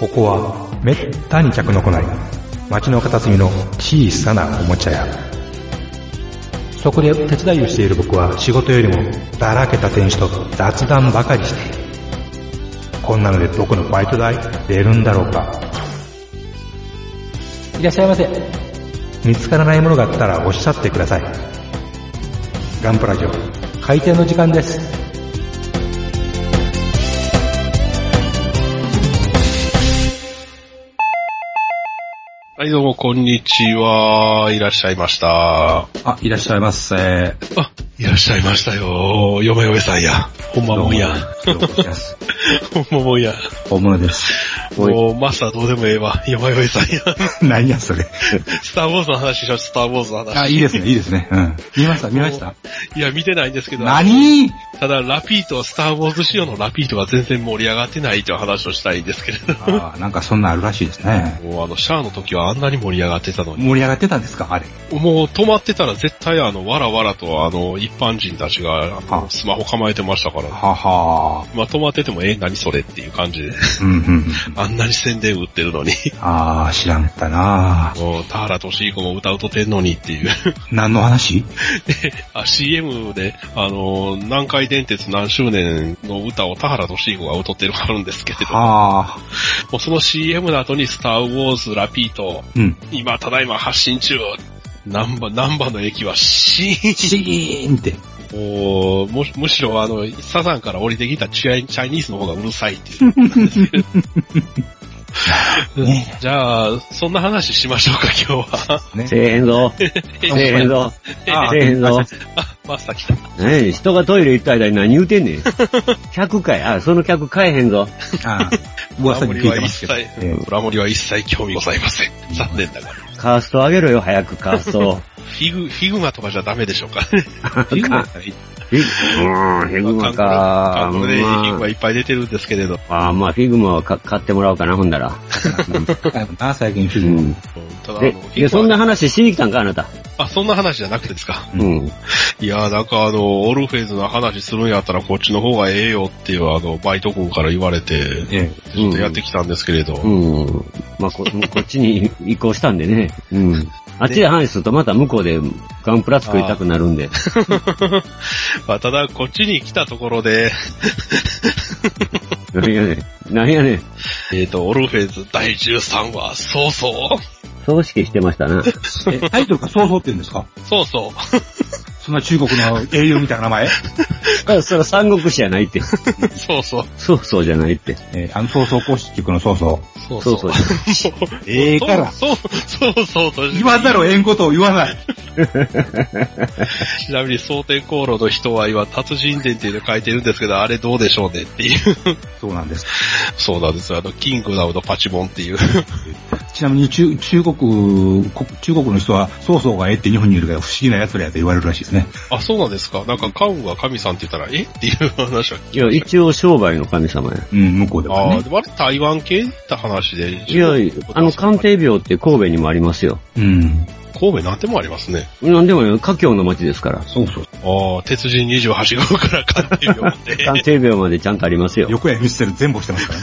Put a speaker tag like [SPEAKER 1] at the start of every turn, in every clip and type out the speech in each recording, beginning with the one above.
[SPEAKER 1] ここはめったに客の来ない街の片隅の小さなおもちゃ屋そこで手伝いをしている僕は仕事よりもだらけた店主と雑談ばかりしているこんなので僕のバイト代出るんだろうか
[SPEAKER 2] いらっしゃいませ。
[SPEAKER 1] 見つからないものがあったらおっしゃってくださいガンプラジオ
[SPEAKER 2] 開店の時間です。
[SPEAKER 3] はい、どうも、こんにちは。いらっしゃいました。あ、
[SPEAKER 1] あいらっしゃいませ
[SPEAKER 3] いらっしゃいましたよ。嫁嫁さんや。ほんまもんや。
[SPEAKER 1] どうもどうも
[SPEAKER 3] ほんまもんや。
[SPEAKER 1] 本物です
[SPEAKER 4] おい
[SPEAKER 3] もう、マスターどうでもええわ。嫁嫁さんや。
[SPEAKER 1] 何やそれ
[SPEAKER 3] スターウォーズの話しよう、スターウォーズの話。
[SPEAKER 1] あいいですねいいですねうん見ました見ました
[SPEAKER 3] いや、見てないんですけど、
[SPEAKER 1] 何
[SPEAKER 3] ただ、ラピート、スターウォーズ仕様のラピートが全然盛り上がってないという話をしたいんですけれ ど。
[SPEAKER 1] あーなんかそんなんあるらしいですね
[SPEAKER 3] もう、あの、シャアの時はあんなに盛り上がってたのに。
[SPEAKER 1] 盛り上がってたんですかあれ
[SPEAKER 3] もう、止まってたら絶対、あの、わらわらと、あの、一般人たちが、あの
[SPEAKER 1] あ
[SPEAKER 3] スマホ構えてましたから。
[SPEAKER 1] はは
[SPEAKER 3] まあ、止まってても、え、何それっていう感じで。
[SPEAKER 1] うんうんうん
[SPEAKER 3] あんなに宣伝打ってるのに。
[SPEAKER 1] ああ、知らんかったな
[SPEAKER 3] もう、田原俊彦も歌うとてんのにっていう。
[SPEAKER 1] 何の話
[SPEAKER 3] あ、CM で、あの、南海電鉄何周年の歌を田原俊彦が歌ってるのがあるんですけれど、も
[SPEAKER 1] ああ、
[SPEAKER 3] うその CM の後にスターウォーズラピート、
[SPEAKER 1] うん。
[SPEAKER 3] 今ただいま発信中、南波、南波の駅はシ
[SPEAKER 1] シーンって。
[SPEAKER 3] ーンもう、むむしろあの、サザンから降りてきたチャイチャイニーズの方がうるさいって いう。
[SPEAKER 1] ね
[SPEAKER 3] じゃあ、そんな話しましょうか、今日は。
[SPEAKER 1] ね
[SPEAKER 4] せえへ んぞ。せえへんぞ。
[SPEAKER 1] あ
[SPEAKER 4] せえへんぞ。
[SPEAKER 3] マスター来た。
[SPEAKER 4] ねえ、人がトイレ行った間に何言うてんねん。客かい。あ、その客買えへんぞ。
[SPEAKER 1] あー噂に聞いてますけど。ええ
[SPEAKER 3] プラモリは一切興味ございません。残念だが。フ
[SPEAKER 4] カーストあげろよ、早くカースト を。
[SPEAKER 3] ィグ、フィグマとかじゃダメでしょうか。
[SPEAKER 1] いいんだったらいい
[SPEAKER 4] フィグ、うん、フィグマか
[SPEAKER 3] 韓。国でフィグ
[SPEAKER 4] ま
[SPEAKER 3] マいっぱい出てるんですけれど。
[SPEAKER 4] あ、あまあ、フィグマはか買ってもらおうかな、ほんだら。
[SPEAKER 1] 高いもんな、最近フ
[SPEAKER 4] う
[SPEAKER 1] ィグ
[SPEAKER 4] ん。
[SPEAKER 3] ただ、あの
[SPEAKER 4] で、で、そんな、話しに来たんか、あなた。
[SPEAKER 3] あ、そんな話じゃなくてですか。
[SPEAKER 4] うん。
[SPEAKER 3] いやー、なんかあの、オルフェイズの話するんやったらこっちの方がええよっていう、あの、バイト君から言われて、
[SPEAKER 1] ええ
[SPEAKER 3] ちょっとやってきたんですけれど。
[SPEAKER 4] うん。まあ、こ、 こっちに移行したんでね。うん。あっちで話するとまた向こうでガンプラ作りたくなる んで。
[SPEAKER 3] まあ、ただ、こっちに来たところで、
[SPEAKER 4] なんやねん。なんやねん。
[SPEAKER 3] えっ、と、オルフェイズ第13話、そうそう。
[SPEAKER 4] 葬式してましたな。
[SPEAKER 1] え、タイトルがそうそうって言うんですか
[SPEAKER 3] そうそう。
[SPEAKER 1] そんな中国の英雄みたいな名前
[SPEAKER 4] あそれは三国志じゃな いって。
[SPEAKER 3] そうそう。
[SPEAKER 4] そうそうじゃないって。
[SPEAKER 1] ええあの、そうそう公式局のそうそ
[SPEAKER 3] そう
[SPEAKER 4] そうそ う。
[SPEAKER 1] う。ええから。
[SPEAKER 3] そう、そうそうと。
[SPEAKER 1] 言わざるを得んことを言わない。
[SPEAKER 3] ちなみに、蒼天航路の人は今、達人伝っていうの書いてるんですけど、あれどうでしょうねっていう。
[SPEAKER 1] そうなんです。
[SPEAKER 3] そうなんです。あの、キングダムのパチモンっていう。
[SPEAKER 1] ちなみに中、中国、こ中国の人は、そうそうがええって日本にいるから不思議な奴らやと言われるらしいですね。
[SPEAKER 3] あ、そうなんですか。なんか、カウンは神さんって言ったら、えっていう話は。
[SPEAKER 4] いや、一応商売の神様 や。
[SPEAKER 1] うん、向こうでは
[SPEAKER 3] ああ、
[SPEAKER 1] ね。
[SPEAKER 3] でもあれ台湾系って話で。
[SPEAKER 4] いや、あの、鑑定病って神戸にもありますよ。
[SPEAKER 1] うん。
[SPEAKER 3] 神戸なんでもありますね。
[SPEAKER 4] なんでもよ、家境の町ですから。
[SPEAKER 1] そうそう。
[SPEAKER 3] ああ、鉄人28号から鑑定病ま で
[SPEAKER 4] 鑑定病までちゃんとありますよ。
[SPEAKER 1] 横やミステル全部してますか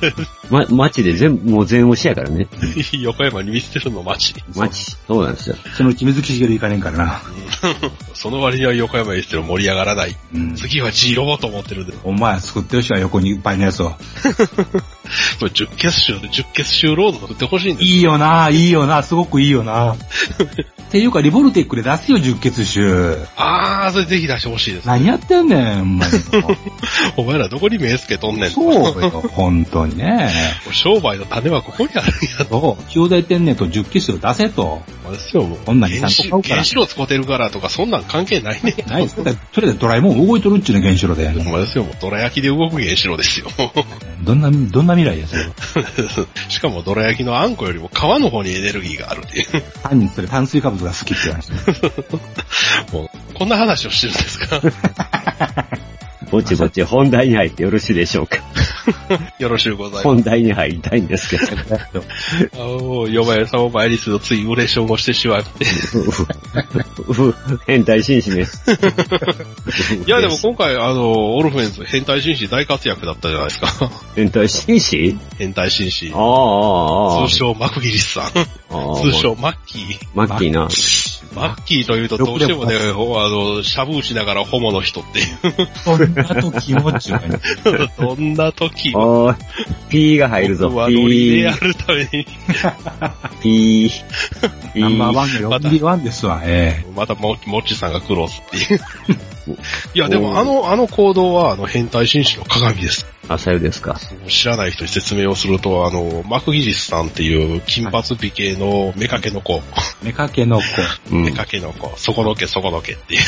[SPEAKER 1] らね。
[SPEAKER 4] ま、町で全部、もう全押しやからね。
[SPEAKER 3] 横山に見捨てるの町。
[SPEAKER 4] 町。そうなんですよ。
[SPEAKER 1] そのうち水木しげる行かねんからな。
[SPEAKER 3] その割には横山に見捨てるの盛り上がらない。
[SPEAKER 1] うん。
[SPEAKER 3] 次は G ロボと思ってるんで。
[SPEAKER 1] お前作ってる人は横にいっぱいのやつを。
[SPEAKER 3] これ10決勝で10決勝ロード振ってほしいんです
[SPEAKER 1] いいよな、いいよな、すごくいいよな。っていうか、リボルテックで出すよ、十血集。
[SPEAKER 3] あー、それぜひ出してほしいです。
[SPEAKER 1] 何やってんねん、ほんま に。
[SPEAKER 3] お前らどこに目つけとんねん。
[SPEAKER 1] そうよ、本当にね。
[SPEAKER 3] 商売の種はここに あるんや
[SPEAKER 1] そう、中大天然と十血集出せと。
[SPEAKER 3] と。ですよ、もう。
[SPEAKER 1] こんなんちゃ
[SPEAKER 3] 原
[SPEAKER 1] んと買う
[SPEAKER 3] 子、
[SPEAKER 1] から
[SPEAKER 3] 原子炉使ってるからとか、そんなん関係ないね ん。
[SPEAKER 1] ないそれでそれでドラえもん動いとるっちゅうね、原子炉で。
[SPEAKER 3] お前ですよ、もう、どら焼きで動く原子炉ですよ。
[SPEAKER 1] どんな、どんな未来や、それは。
[SPEAKER 3] しかも、どら焼きのあんこよりも皮の方にエネルギーがあるっていう。
[SPEAKER 1] 単にそれ炭水化物が好きって話。
[SPEAKER 3] もう、こん な話をしてるんですか
[SPEAKER 4] ぼちぼち本題に入ってよろしいでしょうか。
[SPEAKER 3] よろしゅうございます。
[SPEAKER 4] 本題に入りたいんですけど。
[SPEAKER 3] あおよばやさんを倍率のついウレーションをしてしまって。
[SPEAKER 4] うう変態紳士です。
[SPEAKER 3] いや、でも今回、あの、オルフェンズ、変態紳士大活躍だったじゃないですか。
[SPEAKER 4] 変態紳士
[SPEAKER 3] 変態紳士
[SPEAKER 4] あ。あ、ああ、ああ
[SPEAKER 3] 通称マクギリスさん。
[SPEAKER 4] ああ
[SPEAKER 3] 通。称マッキー。
[SPEAKER 4] マッキーな。
[SPEAKER 3] マッキーというとどうして もね、あの、シャブ打ちながらホモの人っていう。
[SPEAKER 1] そんなと気持ち悪い。
[SPEAKER 3] どんな時も。
[SPEAKER 4] おーい、ピーが入るぞ。
[SPEAKER 3] 僕
[SPEAKER 4] ピ
[SPEAKER 3] はノリでや
[SPEAKER 4] ー、
[SPEAKER 3] るために、
[SPEAKER 4] ピー、ピ
[SPEAKER 1] ナンバー
[SPEAKER 4] ー。
[SPEAKER 1] ワンが4 d ワンですわ、え
[SPEAKER 3] またも、もっちさんが苦労する っていう。いや、で
[SPEAKER 4] お
[SPEAKER 3] も
[SPEAKER 4] ー
[SPEAKER 3] あの、あの行動は、あの、変態紳士の鏡です。
[SPEAKER 4] あ、さよですか。
[SPEAKER 3] 知らない人に説明をすると、あの、マクギリスさんっていう金髪美形の目かけの子、
[SPEAKER 1] え目かけの子。
[SPEAKER 4] うん
[SPEAKER 3] 目。かけの子、そこのけそこのけってい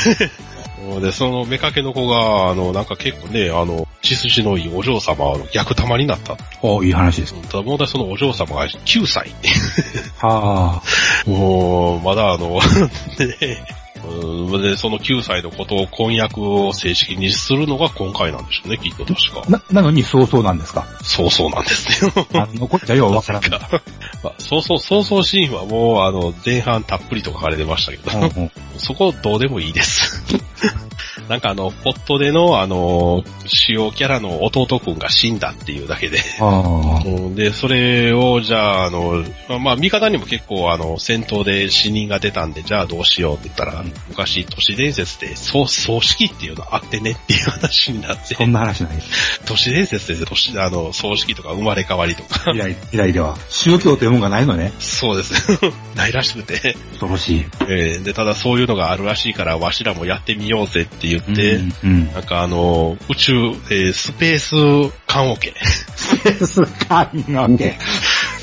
[SPEAKER 3] う。で、その目かけの子が、あの、なんか結構ね、あの、血筋のいいお嬢様の逆玉になった。
[SPEAKER 1] おいい話です。
[SPEAKER 3] ただ問題そのお嬢様が9歳。
[SPEAKER 1] はあ。
[SPEAKER 3] もう、まだあの、 ねうんで、その9歳のことを婚約を正式にするのが今回なんでしょうね、きっと確か。
[SPEAKER 1] な、なのにそうそうなんですか
[SPEAKER 3] そうそうなんです ね。
[SPEAKER 1] あの、こっちゃようわからん。
[SPEAKER 3] なんか、まあ、そうそう、そうそうシーンはもう、あの、前半たっぷりと書かれてましたけど、
[SPEAKER 1] うんうん
[SPEAKER 3] そこどうでもいいです。 なんかあの、ポットでの、あの、主要キャラの弟くんが死んだっていうだけで。
[SPEAKER 1] あ
[SPEAKER 3] うんで、それを、じゃあ、あの、まあまあ、味方にも結構、あの、戦闘で死人が出たんで、じゃあどうしようって言ったら、昔、都市伝説で、そう、葬式っていうのあってねっていう話になって
[SPEAKER 1] あ、、そんな話ない。
[SPEAKER 3] 都市伝説で、都市、あの、葬式とか生まれ変わりと か
[SPEAKER 1] 以、来、以来では。宗教というもんがないのね。
[SPEAKER 3] そうです。 ないらしくて。
[SPEAKER 1] 恐ろしい。
[SPEAKER 3] えーで、ただそういうのがあるらしいから、わしらもやってみようぜって言って、
[SPEAKER 1] うんうん。
[SPEAKER 3] なんかあの、宇宙、えースペース缶オケ。
[SPEAKER 1] ですか、な
[SPEAKER 4] わけ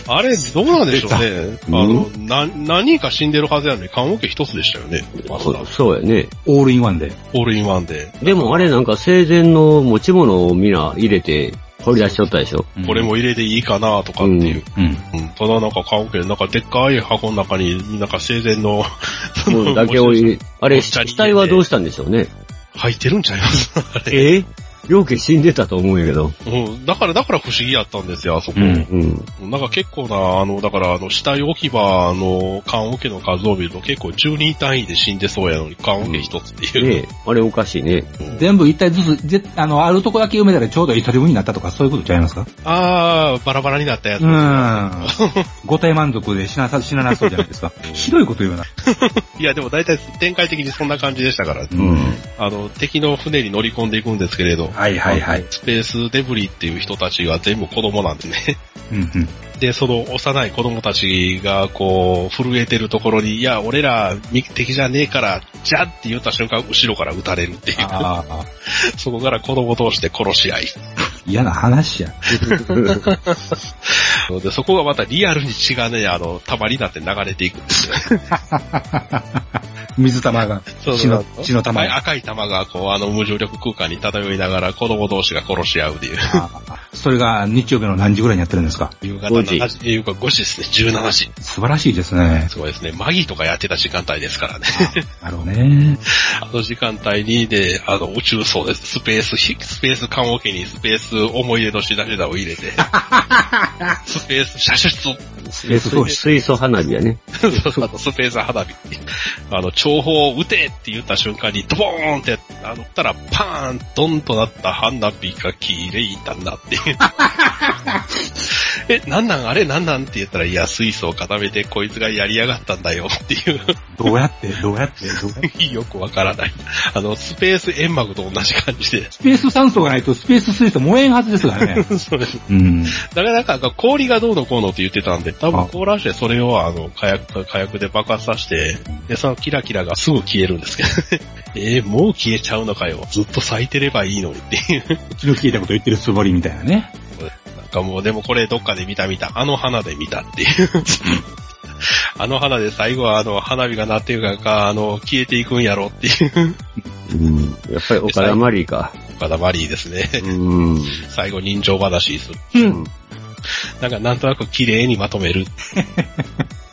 [SPEAKER 3] あれ、どうなんでしょうね。あ
[SPEAKER 4] た
[SPEAKER 3] の、な、何人か死んでるはずやのに、缶オケ一つでしたよね。まず
[SPEAKER 4] そ
[SPEAKER 3] は
[SPEAKER 4] うそうやね。
[SPEAKER 1] オールインワンで。
[SPEAKER 3] オールインワンで。
[SPEAKER 4] でもあれなんか生前の持ち物を皆入れて掘り出しちゃったでしょ。
[SPEAKER 1] うん
[SPEAKER 3] これ。も入れていいかなとかっていう。
[SPEAKER 1] うん。
[SPEAKER 3] うんただなんか缶オケ、なんかでっかい箱の中に、なんか生前の、そ
[SPEAKER 4] も
[SPEAKER 3] の
[SPEAKER 4] うだけを入れ、あれ、
[SPEAKER 3] お茶に入れて
[SPEAKER 4] 死体はどうしたんでしょうね。
[SPEAKER 3] 入ってるんちゃいます
[SPEAKER 4] え両家死んでたと思うんやけど。
[SPEAKER 3] うん。だから、だから不思議やったんですよ、あそこ。
[SPEAKER 1] うん
[SPEAKER 4] うん。
[SPEAKER 3] なんか結構な、あの、だから、あの、死体置き場の缶桶の数を見ると結構10人単位で死んでそうやのに缶桶一つっていう。
[SPEAKER 4] ねえ、あれおかしいね。
[SPEAKER 1] 全部一体ずつ、ぜあの、あるとこだけ埋めたらちょうど一人分になったとか、そういうことちゃいますか
[SPEAKER 3] あー、バラバラになったやつ。
[SPEAKER 1] うん。五体満足で死なさ、死ななそうじゃないですか。ひどいこと言うな。
[SPEAKER 3] いや、でも大体展開的にそんな感じでしたから、あの、敵の船に乗り込んでいくんですけれど、
[SPEAKER 1] はいはいはい。
[SPEAKER 3] スペースデブリっていう人たちが全部子供なんですね。
[SPEAKER 1] うんうん。
[SPEAKER 3] で、その幼い子供たちがこう、震えてるところに、いや、俺ら敵じゃねえから、じゃって言った瞬間、後ろから撃たれるっていう。
[SPEAKER 1] ああ、
[SPEAKER 3] そこから子供同士で殺し合い。
[SPEAKER 1] 嫌な話や。
[SPEAKER 3] で、そこがまたリアルに血がね、あの、たまりになって流れていくんですよね。
[SPEAKER 1] 水玉が、
[SPEAKER 3] そう
[SPEAKER 1] 血の、血の玉
[SPEAKER 3] はい
[SPEAKER 1] が。
[SPEAKER 3] 赤い玉が、こう、あの、無重力空間に漂いながら、子供同士が殺し合うっていう。
[SPEAKER 1] ああそれが日曜日の何時ぐらいにやってるんですか
[SPEAKER 3] 夕方の
[SPEAKER 4] 5時
[SPEAKER 3] 7時、いうか5時ですね、17時。
[SPEAKER 1] 素晴らしいですね。
[SPEAKER 3] すごいですね。マギーとかやってた時間帯ですからね。
[SPEAKER 1] なるほどね。
[SPEAKER 3] あの時間帯に、で、あの、宇宙層です。スペース、スペース缶桶にスペース思い出の品々を入れて、スペース射出
[SPEAKER 1] スペース装置。
[SPEAKER 4] 水素花火やね。
[SPEAKER 3] そうそうあのスペース花火。あの、長方を撃てって言った瞬間に、ドボーンって、あの、撃ったら、パーン、ドンとなった花火が綺麗だなっていう。え、なんなんあれなんなんって言ったら、いや、水素を固めてこいつがやりやがったんだよっていう、
[SPEAKER 1] どうやって、どうやって、どうやって。
[SPEAKER 3] よくわからない。あの、スペース煙幕と同じ感じ で、
[SPEAKER 1] スペース酸素がないとスペース水素燃えんはずですからね。 うん。
[SPEAKER 3] だからなんか氷がどうのこうのって言ってたんで、多分凍らしてそれをあの火薬、火薬で爆発させて、で、そのキラキラがすぐ消えるんですけど、 えー、もう消えちゃうのかよ。ずっと咲いてればいいのにっていう。
[SPEAKER 1] うちの聞いたこと言ってるつぼりみたいなね。
[SPEAKER 3] なんかもうでもこれどっかで見た見た、あの花で見たっていう。 あの花で最後はあの花火が鳴ってるから、あの消えていくんやろっていう。
[SPEAKER 4] うん。やっぱり岡田マリーか。
[SPEAKER 3] 岡田マリーですね。
[SPEAKER 4] うん。
[SPEAKER 3] 最後人情話する。
[SPEAKER 4] うん。
[SPEAKER 3] なんかなんとなく綺麗にまとめる。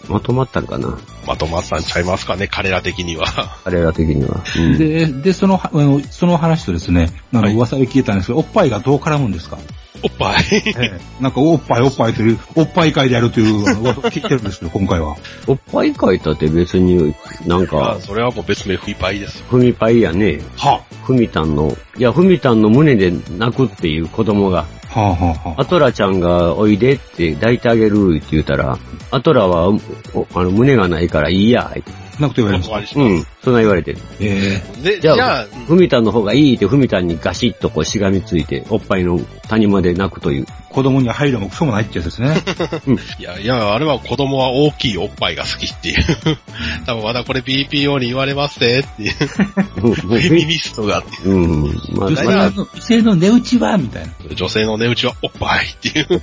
[SPEAKER 4] まとまったんかな。
[SPEAKER 3] まとまったんちゃいますかね、彼ら的には。
[SPEAKER 4] 彼ら的には。
[SPEAKER 1] で、で、その、あのその話とですね、あ
[SPEAKER 3] は
[SPEAKER 1] の
[SPEAKER 3] い
[SPEAKER 1] 噂で聞いたんですけど、おっぱいがどう絡むんですか
[SPEAKER 3] おっぱい。
[SPEAKER 1] ええなんか、おっぱいおっぱいという、おっぱい会でやるという、あの噂を聞いてるんですけど、今回は。
[SPEAKER 4] おっぱい書いたって別に、なん
[SPEAKER 3] あ
[SPEAKER 4] か、
[SPEAKER 3] それはもう別名フリパイですよ。
[SPEAKER 4] ふみぱいやね。
[SPEAKER 1] は
[SPEAKER 4] ふみたんの、いや、ふみたんの胸で泣くっていう子供が、
[SPEAKER 1] あ、はあ、はあ、は
[SPEAKER 4] アトラちゃんがおいでって抱いてあげるって言ったら、アトラは、おあの、胸がないからいいや、って
[SPEAKER 1] あ。なくて言われます。
[SPEAKER 3] 断りし
[SPEAKER 4] う
[SPEAKER 3] ま
[SPEAKER 4] ん、そんな言われてる。
[SPEAKER 1] ええ
[SPEAKER 3] すで、
[SPEAKER 4] じ
[SPEAKER 3] じ
[SPEAKER 4] ゃあ
[SPEAKER 3] ゃあ、
[SPEAKER 4] ふみたんの方がいいってふみたんにガシッとこうしがみついて、おっぱいの谷まで泣くという。
[SPEAKER 1] 子供には配慮もクソもないってやつです ね。
[SPEAKER 3] いや、いや、あれは子供は大きいおっぱいが好きっていう。 多分まだこれ BPO に言われますねっていう。フェミニストがってい
[SPEAKER 4] うん、まあ、
[SPEAKER 1] 女
[SPEAKER 4] ま
[SPEAKER 1] 性の、
[SPEAKER 4] あ、
[SPEAKER 1] 女性の値打ちはみたいな。
[SPEAKER 3] う。女性の値打ちはおっぱいっていう。うん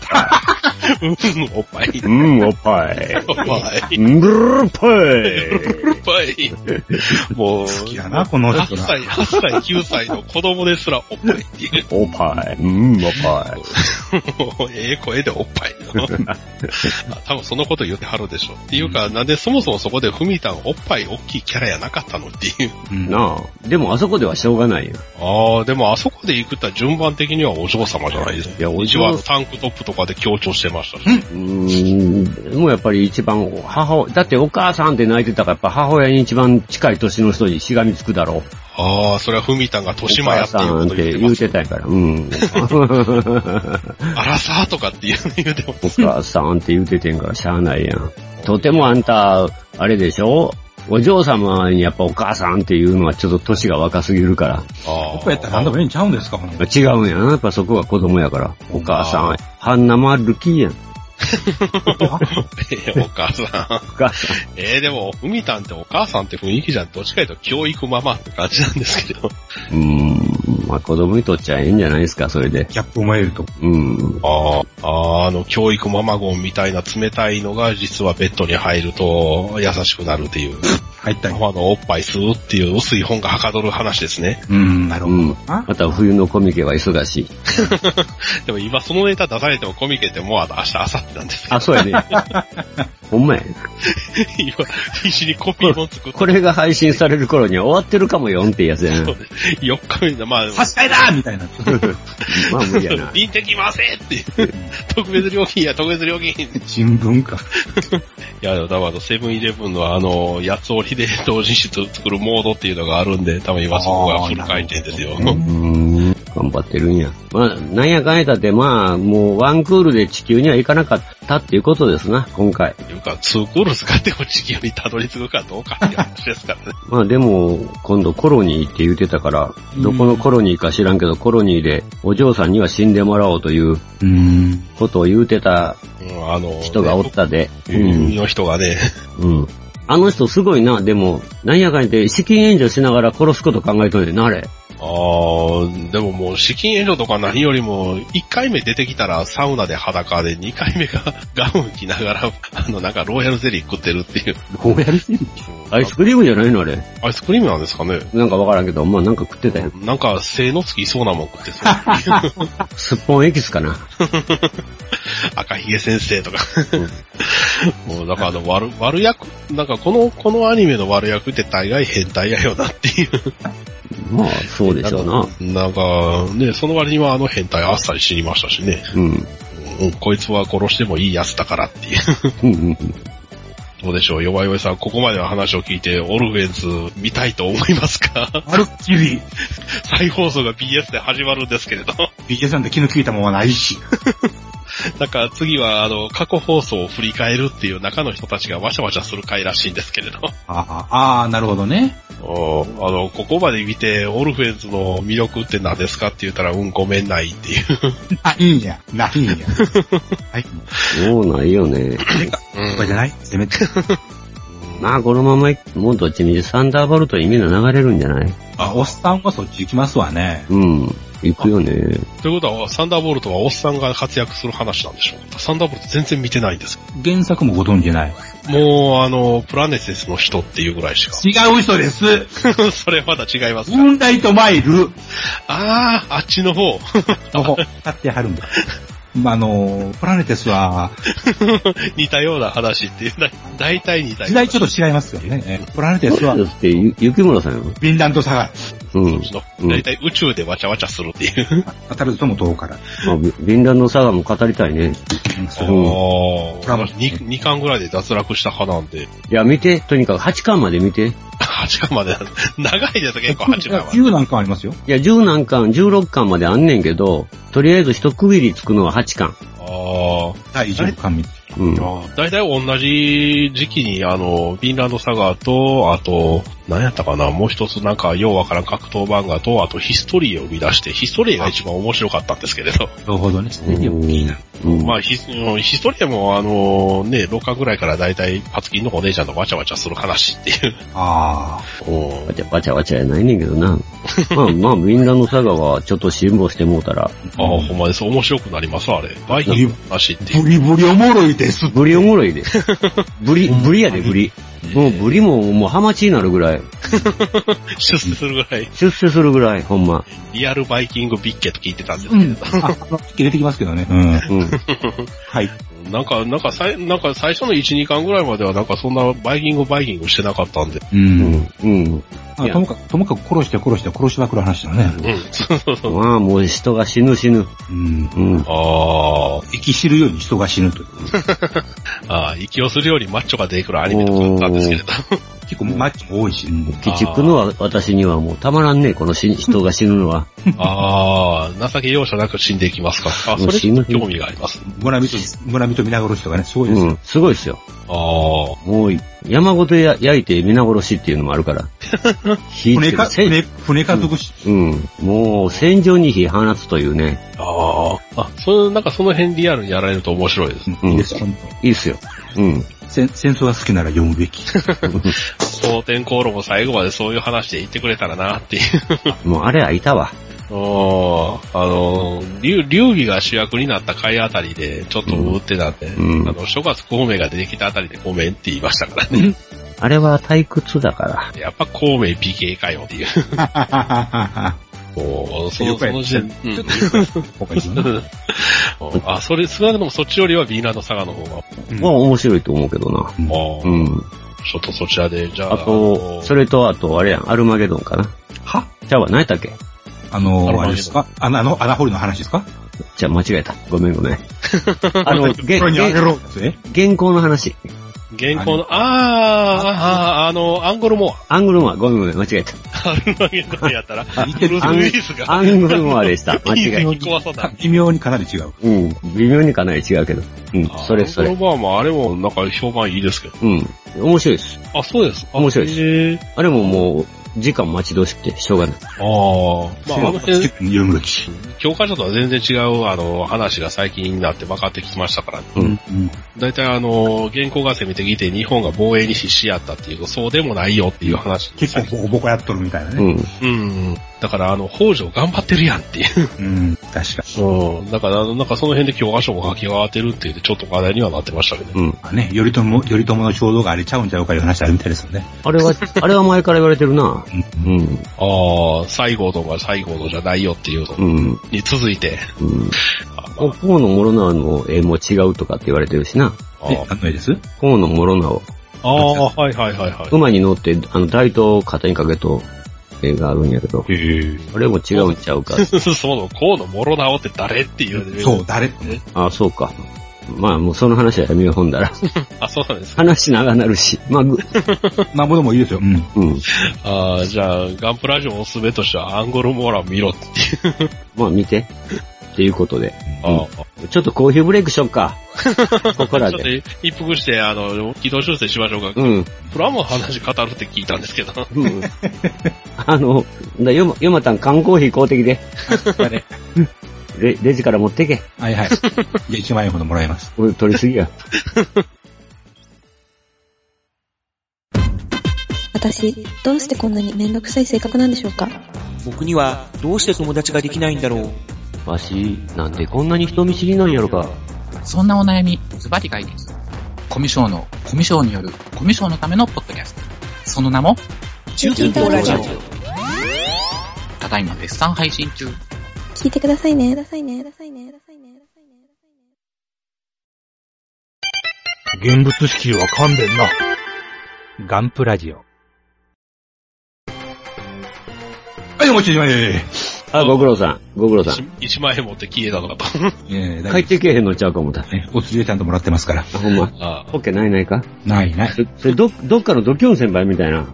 [SPEAKER 3] おっぱい。
[SPEAKER 4] うん、おっぱい。
[SPEAKER 3] おっぱい。
[SPEAKER 4] うん、おっぱ
[SPEAKER 3] おっぱい。もう、
[SPEAKER 1] 好きやな、この人
[SPEAKER 3] 8
[SPEAKER 1] が。
[SPEAKER 3] 歳、8歳、9歳の子供ですらおっぱいっていう。
[SPEAKER 4] い。おっぱい。うん、おっぱい。
[SPEAKER 3] もう、ええ声でおっぱい の。多分そのこと言ってはるでしょ。っていうか、なんでそもそもそこでふみたんおっぱい大きいキャラやなかったのっていう。
[SPEAKER 1] うん
[SPEAKER 4] なあ。でもあそこではしょうがないよ。
[SPEAKER 3] ああ、でもあそこで行くったら順番的にはお嬢様じゃないですか。
[SPEAKER 4] いや、お
[SPEAKER 3] 一
[SPEAKER 4] じ
[SPEAKER 3] 番
[SPEAKER 4] は、
[SPEAKER 3] タンクトップとかで強調してましたし。
[SPEAKER 4] うーん、もうやっぱり一番母親、だってお母さんって泣いてたから、やっぱ母親に一番近い年の人にしがみつくだろう。
[SPEAKER 3] ああ、それはふみたんが
[SPEAKER 4] お
[SPEAKER 3] 年前や
[SPEAKER 4] 母
[SPEAKER 3] ってい
[SPEAKER 4] さ
[SPEAKER 3] うこ
[SPEAKER 4] んっ
[SPEAKER 3] と言ってて
[SPEAKER 4] 言
[SPEAKER 3] ま
[SPEAKER 4] う
[SPEAKER 3] す
[SPEAKER 4] て。たんやから。うん。
[SPEAKER 3] あらさーとかっていうの言うても。
[SPEAKER 4] お母さんって言うててんからしゃあないやん。とてもあんた、あれでしょお嬢様にやっぱお母さんっていうのはちょっと年が若すぎるから。
[SPEAKER 3] あ
[SPEAKER 1] おっぱいやったら何でもええんちゃうんですか、 ほんま
[SPEAKER 4] 違うんやな。やっぱそこが子供やから。お母さん、半生歩きやん。
[SPEAKER 3] ええお母さ
[SPEAKER 4] お
[SPEAKER 3] ん。
[SPEAKER 4] 母さん。
[SPEAKER 3] ええでも、ふみたんってお母さんって雰囲気じゃん。どっちかというと教育ママって感じなんですけど。
[SPEAKER 4] うーん。まあ子供にとっちゃええんじゃないですか、それで。
[SPEAKER 1] ギャップを生まれると。
[SPEAKER 4] うん。
[SPEAKER 3] あーあー、あの、教育ママゴンみたいな冷たいのが実はベッドに入ると優しくなるっていう。
[SPEAKER 1] 入ったり
[SPEAKER 3] マ。マのおっぱい吸うっていう薄い本がはかどる話ですね。
[SPEAKER 1] うん、なる
[SPEAKER 4] う
[SPEAKER 1] ほど。
[SPEAKER 4] ん。
[SPEAKER 1] あ
[SPEAKER 4] また冬のコミケは忙しい。
[SPEAKER 3] でも今そのネタ出されてもコミケってもうあと明日、明後日なんですけど
[SPEAKER 4] あ、、そうやね。 ほんまや。
[SPEAKER 3] 今必死にコピー本作って、
[SPEAKER 4] これが配信される頃には終わってるかもよんってやつやな。
[SPEAKER 3] 4日目で、まあ、
[SPEAKER 1] 差し替えだみたいな。
[SPEAKER 4] まあ無理や な。
[SPEAKER 3] 臨的回せっていう、特別料金や、特別料金。い
[SPEAKER 1] 新聞か。
[SPEAKER 3] や、だからあのセブンイレブンのあの、八つ折りで同時室作るモードっていうのがあるんで、多分今そこがフル回転ですよ。
[SPEAKER 4] うーん頑張ってるんや。まあ、なんやかんやだって、まあ、もうワンクールで地球には行かなかったっていうことですな、今回。
[SPEAKER 3] というか、ツークール使っても地球にたどり着くかどうかっていう話ですからね。
[SPEAKER 4] まあでも、今度コロニーって言ってたから、どこのコロニーか知らんけど、コロニーでお嬢さんには死んでもらおうという
[SPEAKER 1] うん。
[SPEAKER 4] ことを言うてた
[SPEAKER 3] うん、あの、
[SPEAKER 4] 人がおったで。う
[SPEAKER 3] 海
[SPEAKER 4] ん。
[SPEAKER 3] の人がね、
[SPEAKER 4] うん。あの人すごいな、でも、なんやかんやで資金援助しながら殺すこと考えとんねんな、あれ。
[SPEAKER 3] ああ、でももう資金援助とか何よりも、1回目出てきたらサウナで裸で、2回目が ガウン着ながら、あの、なんかローヤルゼリー食ってるっていう。
[SPEAKER 4] こうやるアイスクリームじゃないの、あれ。
[SPEAKER 3] アイスクリームなんですかね
[SPEAKER 4] なんかわからんけど、まあなんか食ってたやん。
[SPEAKER 3] なんか、性のつきそうなもん食って そう。
[SPEAKER 4] すっぽんエキスかな。
[SPEAKER 3] 赤ひげ先生とか。 もう、なんかあの、悪、悪役、なんかこの、このアニメの悪役って大概変態やよなっていう。
[SPEAKER 4] まあ、そうでしょうな。
[SPEAKER 3] なんか、ね、その割にはあの変態あっさり死にましたしね。
[SPEAKER 4] うん。
[SPEAKER 3] うんうん、こいつは殺してもいいやつだからっていう。
[SPEAKER 4] うんうんうん。
[SPEAKER 3] どうでしょう、弱い弱いさん、ここまでの話を聞いて、オルフェンズ見たいと思いますか
[SPEAKER 1] まるっきり、
[SPEAKER 3] 再放送が BS で始まるんですけれど。
[SPEAKER 1] BS なんて気の利いたもんはないし。
[SPEAKER 3] なんか次は、あの、過去放送を振り返るっていう中の人たちがわしゃわしゃする回らしいんですけれど。
[SPEAKER 1] ああ、ああなるほどね。
[SPEAKER 3] おーあの、ここまで見て、オルフェンズの魅力って何ですかって言ったら、うん、ごめんないっていう。
[SPEAKER 1] ないんや。ないんや。はい。
[SPEAKER 4] そうないよね。
[SPEAKER 3] うん
[SPEAKER 1] これじゃないせめて。
[SPEAKER 4] まあ、このまま、もうどっちみちサンダーバルトにみんな流れるんじゃない
[SPEAKER 1] あ、おっさんはそっち行きますわね。
[SPEAKER 4] うん。行くよね。
[SPEAKER 3] ということは、サンダーボルトはおっさんが活躍する話なんでしょうサンダーボルト全然見てないんです。
[SPEAKER 1] 原作もご存じない。
[SPEAKER 3] もう、あの、プラネセスの人っていうぐらいし か。
[SPEAKER 1] 違う人です。
[SPEAKER 3] それまだ違いますか
[SPEAKER 1] ムーンライトマイル。
[SPEAKER 3] ああ、あっちの方。
[SPEAKER 1] の方、立ってはるんだ。まあ、あの、プラネテスは、
[SPEAKER 3] 似たような話っていう。だ大体似たような。
[SPEAKER 1] 時代ちょっと違いますよね。えプラネテスは
[SPEAKER 4] だ、って、ゆ雪村さんよ。
[SPEAKER 1] ビンランドサガ。
[SPEAKER 4] うん。
[SPEAKER 3] そっち
[SPEAKER 4] う
[SPEAKER 3] の、
[SPEAKER 4] ん
[SPEAKER 3] だいたい宇宙でわちゃわちゃするっていう。
[SPEAKER 1] 当たるとも遠から。
[SPEAKER 4] まあ、 び便談のサガも語りたいね。
[SPEAKER 1] うん
[SPEAKER 3] あ
[SPEAKER 1] そ
[SPEAKER 3] あ
[SPEAKER 1] う
[SPEAKER 3] ー、2、二巻ぐらいで脱落した派なんで、
[SPEAKER 4] いや、見て。とにかく8巻まで見て。い
[SPEAKER 3] 8巻まで、長いです結構8巻まで。
[SPEAKER 1] 9なんかありますよ。
[SPEAKER 4] や、10何巻、16巻まであんねんけど、とりあえず一区切りつくのは8巻。
[SPEAKER 3] あ
[SPEAKER 1] 第10巻見て。
[SPEAKER 4] うん。
[SPEAKER 3] あ、だいたい同じ時期に、あの、ビンランドサガーと、あと、何やったかな、もう一つなんか、ようわからん格闘漫画と、あとヒストリーを生み出して、ヒストリーが一番面白かったんですけれど。
[SPEAKER 1] なるほどね。
[SPEAKER 4] うん
[SPEAKER 3] まあ、ヒスヒストリアも、あのね、6巻ぐらいから大体、パツキンのお姉ちゃんとわちゃわちゃする話っていう。
[SPEAKER 1] あ
[SPEAKER 4] わちゃわちゃわちゃやないねんけどな。 まあまあ、みんなの佐賀はちょっと辛抱してもうたら、
[SPEAKER 3] ああ、ほんまです。面白くなります、あれ。バイキングの話って
[SPEAKER 1] あ。
[SPEAKER 3] いう。
[SPEAKER 1] ブリブリおもろいです。
[SPEAKER 4] ブリおもろいで。ブリ、ブリやで、ブリ。もうブリも、もうハマチになるぐらい。
[SPEAKER 3] 出世 するぐらい、
[SPEAKER 4] 出世するぐらい、ほんま。
[SPEAKER 3] リアルバイキングビッケと聞いてたんです
[SPEAKER 1] う
[SPEAKER 3] け
[SPEAKER 1] ん。あ、あの出てきますけどね。うん。
[SPEAKER 4] うん。
[SPEAKER 1] はい。
[SPEAKER 3] ど、なんか、なんか、さいなんか最初の1、2巻ぐらいまでは、なんかそんなバイキングバイキングしてなかったんで。
[SPEAKER 1] う。
[SPEAKER 4] うんん。うん。
[SPEAKER 1] あともかく、ともかく殺して殺して殺しまくる話だね。
[SPEAKER 3] うん。そうそうそう。
[SPEAKER 4] まあ、もう人が死ぬ死ぬ。
[SPEAKER 1] うん。
[SPEAKER 4] うん。
[SPEAKER 3] あ
[SPEAKER 1] 生き知るように人が死ぬという。
[SPEAKER 3] あ、ああ、息をするようにマッチョが出てくるアニメとかだったんですけれど。
[SPEAKER 1] 結構マッチも多いし。うん
[SPEAKER 4] 鬼畜のは私にはもうたまらんねこの死人が死ぬのは。
[SPEAKER 3] ああ、情け容赦なく死んでいきますか。あ、それちょっと興味があります。
[SPEAKER 1] 村人、村人皆殺しとかね、すごいです
[SPEAKER 4] う
[SPEAKER 1] よ。
[SPEAKER 4] ん。すごいですよ。
[SPEAKER 3] ああ。
[SPEAKER 4] もう、山ごとや焼いて皆殺しっていうのもあ るから。火つ
[SPEAKER 1] 船
[SPEAKER 4] け
[SPEAKER 1] か、
[SPEAKER 4] てせん
[SPEAKER 1] 船、船家族し、
[SPEAKER 4] うん。もう、戦場に火放つというね。
[SPEAKER 3] ああ。あ、その、なんかその辺リアルにやられると面白いですね。
[SPEAKER 1] うんいいです、本
[SPEAKER 4] いいっすよ。うん。
[SPEAKER 1] 当戦戦争が好きなら読むべき。
[SPEAKER 3] 蒼天航路も最後までそういう話で言ってくれたらなっていう。
[SPEAKER 4] もうあれはいたわ。
[SPEAKER 3] あの、竜、竜儀が主役になった回あたりで、ちょっとうーってなって、
[SPEAKER 4] うん
[SPEAKER 3] あの、諸月孔明が出てきたあたりで孔明って言いましたからね。
[SPEAKER 4] あれは退屈だから。
[SPEAKER 3] やっぱ孔明 PK かよって いう。もう、その、
[SPEAKER 1] よく
[SPEAKER 3] そ
[SPEAKER 1] や
[SPEAKER 3] の
[SPEAKER 1] っ
[SPEAKER 3] 時点、うん
[SPEAKER 1] ちょっとよくやった方がいいよね
[SPEAKER 3] うんあ、それ、少なくともそっちよりはビーナーの佐賀の方が、
[SPEAKER 1] うん
[SPEAKER 4] まあ面白いと思うけどな。
[SPEAKER 1] うん
[SPEAKER 3] もう
[SPEAKER 4] う、
[SPEAKER 3] ち
[SPEAKER 4] ん。
[SPEAKER 3] ょっとそちらで、じゃあ、
[SPEAKER 4] あと、それとあと、あれやん、アルマゲドンかな。
[SPEAKER 1] は
[SPEAKER 4] じゃあ、何やったっけ
[SPEAKER 1] あの
[SPEAKER 3] アルマゲドン
[SPEAKER 1] あれですかあの、あの、穴掘りの話ですか
[SPEAKER 4] じゃあ間違えた。ごめん ごめん。あの、げ
[SPEAKER 1] これにあげ
[SPEAKER 4] げ
[SPEAKER 1] ろえ
[SPEAKER 4] 原稿の話。
[SPEAKER 3] 現行の、あーあー、あの、アンゴルモ
[SPEAKER 4] アングルモア、ごめんごめん、間違えた。
[SPEAKER 3] ア、アルマゲドンやったら、
[SPEAKER 1] 似て
[SPEAKER 3] ブ
[SPEAKER 1] る
[SPEAKER 3] ルース・ウィスが、
[SPEAKER 4] アングルモアでした。間違え
[SPEAKER 3] い怖そうだ
[SPEAKER 1] 微妙にかなり違う。
[SPEAKER 4] た。うん。微妙にかなり違うけど。うん。それそ
[SPEAKER 3] アン
[SPEAKER 4] れ。
[SPEAKER 3] ゴルモアもあれもなんか評判いいですけど。
[SPEAKER 4] うん。面白いです。
[SPEAKER 3] あ、そうです。あ
[SPEAKER 4] 面白いです
[SPEAKER 3] へー
[SPEAKER 4] あれももう、時間待ち遠しくて、しょうがない。
[SPEAKER 3] あーまあ、あの辺、
[SPEAKER 1] 読むべき。
[SPEAKER 3] 教科書とは全然違う、あの、話が最近になって分かってきましたから、ね、
[SPEAKER 1] うん
[SPEAKER 3] だいたいあの、現行が攻めてきて日本が防衛に必死やったっていうと、そうでもないよっていう話。
[SPEAKER 1] 結構ボコボコやっとるみたいな
[SPEAKER 4] う
[SPEAKER 1] ね。
[SPEAKER 4] ん。
[SPEAKER 3] うん。だから、あの、北条頑張ってるやんっていう。
[SPEAKER 1] うん、確か
[SPEAKER 3] うん。だから、あの、なんかその辺で教科書も書き換わってるって言って、ちょっと話題にはなってましたけど。
[SPEAKER 4] うん。
[SPEAKER 1] に。ね、頼朝、頼朝の衝動があれちゃうんちゃうかいう話あるみたいですよね。
[SPEAKER 4] あ れは、あれは前から言われてるな。うん。
[SPEAKER 3] ああ、西郷とか西郷のじゃないよっていうの
[SPEAKER 4] うん。
[SPEAKER 3] に続いて、
[SPEAKER 4] うん。
[SPEAKER 3] あま
[SPEAKER 4] こ河野諸直の絵も違うとかって言われてるしな。
[SPEAKER 3] あ
[SPEAKER 1] え、何の絵です
[SPEAKER 4] 河野諸直。
[SPEAKER 3] あああ、はいはいはいはい。
[SPEAKER 4] 馬に乗って、あの、台刀を肩にかけと、絵があるんやけど。あれも違うんちゃうか。
[SPEAKER 3] その、河野諸直って誰っていう、
[SPEAKER 1] そう、。誰ね
[SPEAKER 4] あ、そうか。まあ、もうその話はやめよう、ほんだら。
[SPEAKER 3] あ、そうなんですか。
[SPEAKER 4] 話長なるし。まあ、ぐ
[SPEAKER 1] まあ、ものもいいですよ。うん。
[SPEAKER 4] うん。
[SPEAKER 3] ああ、じゃあ、ガンプラジオのおすすめとしては、アンゴルモーラを見ろっていう。
[SPEAKER 4] まあ、見て。っていうことで。
[SPEAKER 3] あ
[SPEAKER 4] ちょっとコーヒーブレイクしよっ か。ここ
[SPEAKER 3] あ、
[SPEAKER 4] ら
[SPEAKER 3] ちょっと
[SPEAKER 4] で。
[SPEAKER 3] 一服して、あの、軌道修正しましょうか。
[SPEAKER 4] うん。
[SPEAKER 3] プラモの話語るって聞いたんですけど。
[SPEAKER 4] うんあの、だよま、よまたん缶コーヒー買うてきて。レ、レジから持ってけ。
[SPEAKER 1] はい はい。じゃあ1万円ほどもらえます。
[SPEAKER 4] 俺取りすぎや。
[SPEAKER 5] 私、どうしてこんなにめんどくさい性格なんでしょうか
[SPEAKER 6] 僕にはどうして友達ができないんだろう。
[SPEAKER 4] わし、なんでこんなに人見知りなんやろか。
[SPEAKER 7] そんなお悩み、ズバリ解決。コミュ障のコミュ障によるコミュ障のためのポッドキャスト。その名も、
[SPEAKER 5] 中近東ラジオ
[SPEAKER 7] ただいま絶賛配信中。
[SPEAKER 5] 聞いてくださいね。くださいね。くださいね。くださいね。くださいね。
[SPEAKER 2] 現物式は勘弁な。ガンプラジオ。
[SPEAKER 1] はい、お待ちまえ。
[SPEAKER 4] あ、ご苦労さん。ご苦労さん。
[SPEAKER 3] 一万円持って消えたのかと。
[SPEAKER 1] ええ、大丈夫
[SPEAKER 4] 帰ってけえへんのちゃうか思った。
[SPEAKER 1] ねお釣りでちゃんともらってますから。
[SPEAKER 4] あ、ほんま。
[SPEAKER 3] ああ
[SPEAKER 4] オッケーないないか
[SPEAKER 1] ない ない。
[SPEAKER 4] そそれ、ど、どっかのドキョン先輩みたいな。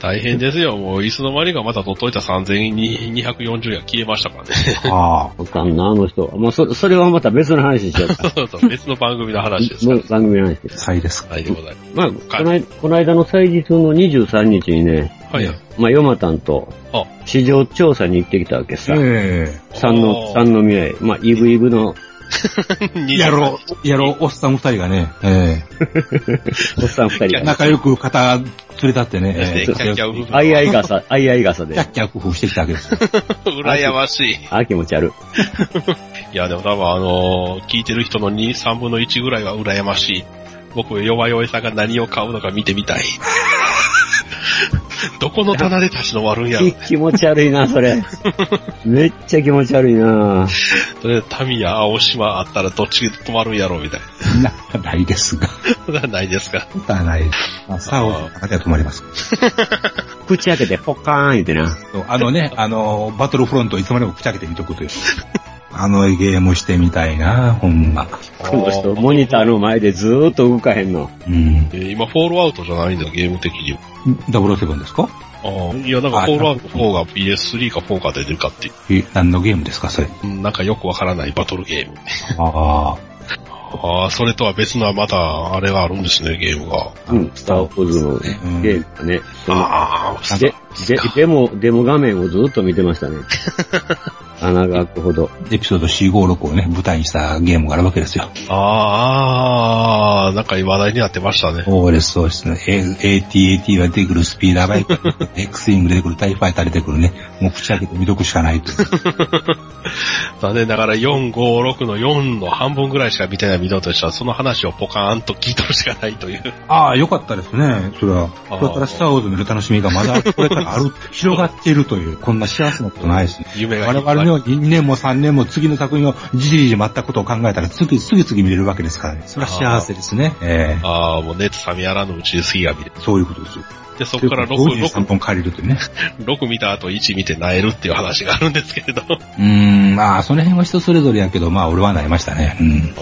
[SPEAKER 3] 大変ですよ。もう、いつの間にかまた取っといた3240円が消えましたからね。
[SPEAKER 1] ああ。
[SPEAKER 4] あかんな、あの人。もう、そ、それはまた別の話しちゃった。
[SPEAKER 3] そうそう別の番組の話ですか
[SPEAKER 4] も
[SPEAKER 3] ら
[SPEAKER 4] う。番組の話です。
[SPEAKER 1] はいです。
[SPEAKER 3] はい、でござ いま
[SPEAKER 4] まあ、この間、この間の祭日の23日にね、
[SPEAKER 3] す。はい。
[SPEAKER 4] まあ、ヨマタンと
[SPEAKER 3] あ、
[SPEAKER 4] 市場調査に行ってきたわけさ。
[SPEAKER 1] え
[SPEAKER 4] 三の、
[SPEAKER 3] おー
[SPEAKER 4] 三の宮へ。まあ、イブイブの
[SPEAKER 1] え。
[SPEAKER 3] 二
[SPEAKER 1] やろう、やろう、おっさん二人がね、え
[SPEAKER 4] おっさん二人
[SPEAKER 1] え。
[SPEAKER 4] が、
[SPEAKER 1] 仲良く肩連れ立ってね、ええ
[SPEAKER 3] キャッキャウ
[SPEAKER 4] あいあい傘、あいあい傘
[SPEAKER 1] キャ
[SPEAKER 4] で。
[SPEAKER 1] ッキャ工夫してきたわけです。
[SPEAKER 3] 羨ましい。
[SPEAKER 4] あ、気持ち悪い。
[SPEAKER 3] いや、でも多分あのー聞いてる人の2、3分の1ぐらいは羨ましい。僕、弱々さんが何を買うのか見てみたい。どこの棚で立ち止まるんやろ
[SPEAKER 4] き。気持ち悪いな、それ。めっちゃ気持ち悪いな
[SPEAKER 3] それでタミヤ、青島あったらどっちで止まるんやろ、みたい
[SPEAKER 1] な、ないですが。
[SPEAKER 3] な。そんなんないですか。
[SPEAKER 1] まあない。まあ、サウナの中では止まります。
[SPEAKER 4] 口開けてポッカーン言ってな。
[SPEAKER 1] そうあのね、あの、バトルフロントをいつまでも口開けて見とくという。あのゲームしてみたいな、ほんま。
[SPEAKER 4] この人、モニターの前でずーっと動かへんの。
[SPEAKER 1] うん。
[SPEAKER 3] えー今、フォールアウトじゃないんだよ、ゲーム的に。
[SPEAKER 1] ダブルセブンですか
[SPEAKER 3] ああいや、なんか、フォールアウト4が PS3 か4か出てるかっていう
[SPEAKER 1] え、何のゲームですか、それ。
[SPEAKER 3] うん、なんかよくわからないバトルゲーム。
[SPEAKER 1] ああ。
[SPEAKER 3] ああ、それとは別のはまた、あれがあるんですね、ゲームが。
[SPEAKER 4] うん、スターウォーズの
[SPEAKER 1] うん
[SPEAKER 4] ゲームがね。
[SPEAKER 3] ああ、
[SPEAKER 4] で、で、デモ、デモ画面をずーっと見てましたね。穴が開くほど。
[SPEAKER 1] エピソード456をね、舞台にしたゲームがあるわけですよ。
[SPEAKER 3] あーあー、なんか話題になってましたね。
[SPEAKER 1] そうです、そうですね。A- AT-AT が出てくるスピーダーバ イク、X イング出てくるタイファイター出てくるね。もう口開けて見とくしかないと。
[SPEAKER 3] 残念ながら4、5、6の4の半分ぐらいしか見てない見たとしたら、その話をポカーンと聞いとるしかないという。
[SPEAKER 1] ああ、よかったですね。それは。
[SPEAKER 3] あー
[SPEAKER 1] それからスターウォーズ見る楽しみがまだこれからあ る、広がっているという、こんな幸せなことないですね。
[SPEAKER 3] 夢が
[SPEAKER 1] 我々のように2年も3年も次の作品をじりじり全くことを考えたら、次々次々見れるわけですからね。それは幸せですね。ええ
[SPEAKER 3] ああ、もう熱冷めやらぬうちに次が見れる。
[SPEAKER 1] そういうことですよ。
[SPEAKER 3] で、そこから
[SPEAKER 1] ということで53
[SPEAKER 3] 6、
[SPEAKER 1] 本借りるというね。
[SPEAKER 3] 6、6見た後1見て萎えるっていう話があるんですけれど。
[SPEAKER 1] うーん、まあ、その辺は人それぞれやけど、まあ、俺はなりましたね。うん。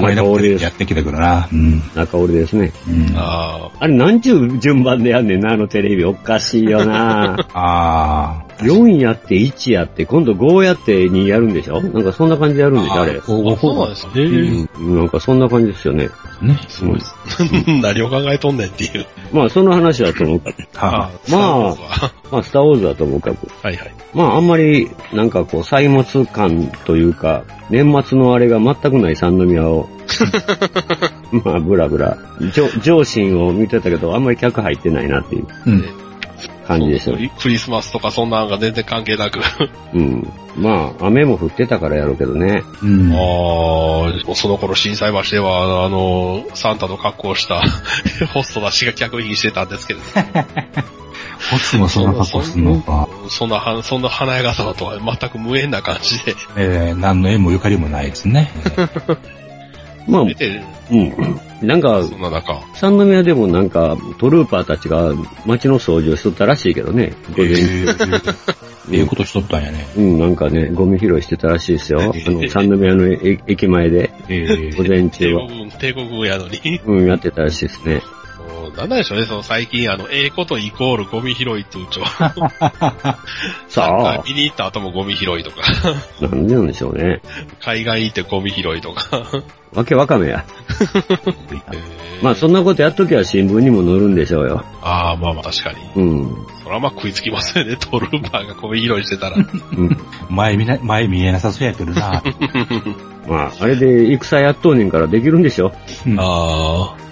[SPEAKER 1] これだ
[SPEAKER 4] 中折
[SPEAKER 1] け
[SPEAKER 4] れで
[SPEAKER 1] や
[SPEAKER 4] す。
[SPEAKER 1] ってきたけどな。うん。
[SPEAKER 4] 中折れですね。
[SPEAKER 1] うん、 あ
[SPEAKER 3] あ
[SPEAKER 4] あれ、なんちゅう順番でやんねんな、あのテレビ。おかしいよな
[SPEAKER 1] あー。
[SPEAKER 4] 4やって1やって、今度5やって2やるんでしょなんかそんな感じでやるんでしょあれ。
[SPEAKER 1] こ
[SPEAKER 3] あ、
[SPEAKER 1] う
[SPEAKER 3] そう
[SPEAKER 1] こ
[SPEAKER 3] なんですね。
[SPEAKER 4] うんなんかそんな感じですよね。
[SPEAKER 1] うね。
[SPEAKER 4] すごいです。
[SPEAKER 3] 何を考えとんねんっていう。
[SPEAKER 4] まあ、その話だと思うか。
[SPEAKER 1] は
[SPEAKER 3] ーそうか
[SPEAKER 4] まあ、スターウォーズだと思うか。
[SPEAKER 3] はいはい。
[SPEAKER 4] まあ、あんまり、なんかこう、歳末感というか、年末のあれが全くない三宮を、まあ、ブラブラ、上上心を見てたけど、あんまり客入ってないなっていう
[SPEAKER 1] うん。
[SPEAKER 4] 感じでした
[SPEAKER 3] ク
[SPEAKER 4] ね。
[SPEAKER 3] リクリスマスとかそんなんが全然関係なく。
[SPEAKER 4] うん。まあ、雨も降ってたからやろうけどね。
[SPEAKER 1] うん。
[SPEAKER 3] ああ、その頃震災橋では、あの、サンタの格好をした ホストだしが客引きしてたんですけど、
[SPEAKER 1] ホッツもそんな格好すんのか。
[SPEAKER 3] そんなは、そんな華やかさとは全く無縁な感じで、
[SPEAKER 1] ええ何の縁もゆかりもないですね。
[SPEAKER 4] まあ、
[SPEAKER 3] 出て、
[SPEAKER 4] うん。なんか、
[SPEAKER 3] そんな中、
[SPEAKER 4] 三宮でもなんか、トルーパーたちが街の掃除をしとったらしいけどね。午前中
[SPEAKER 1] ええことしとったんやね。
[SPEAKER 4] うん、なんかね、ゴミ拾いしてたらしいですよ。あの、三宮の駅駅前で、
[SPEAKER 1] ええ
[SPEAKER 4] 午前
[SPEAKER 3] 帝
[SPEAKER 4] 中は。
[SPEAKER 3] 国軍、帝国軍やのに、
[SPEAKER 4] うん、やってたらしいですね。
[SPEAKER 3] もうなんなんでしょうね、その最近、あの、ええことイコールゴミ拾いってうちょ、
[SPEAKER 4] さあ、
[SPEAKER 3] 見に行った後もゴミ拾いとか、
[SPEAKER 4] なんでなんでしょうね。
[SPEAKER 3] 海岸行ってゴミ拾いとか、
[SPEAKER 4] わけわかめや。まあ、そ
[SPEAKER 3] の、
[SPEAKER 4] んなことやっときゃ新聞にも載るんでしょうよ。
[SPEAKER 3] ああ、まあまあ確かに。
[SPEAKER 4] うん。
[SPEAKER 3] それはまあ食いつきますよね、トルーパーがゴミ拾いしてたら。
[SPEAKER 4] うん。
[SPEAKER 1] 前見な、前見えなさそうやけどな。
[SPEAKER 4] まあ、あれで戦やっとうねんからできるんでしょ。
[SPEAKER 3] あ あ。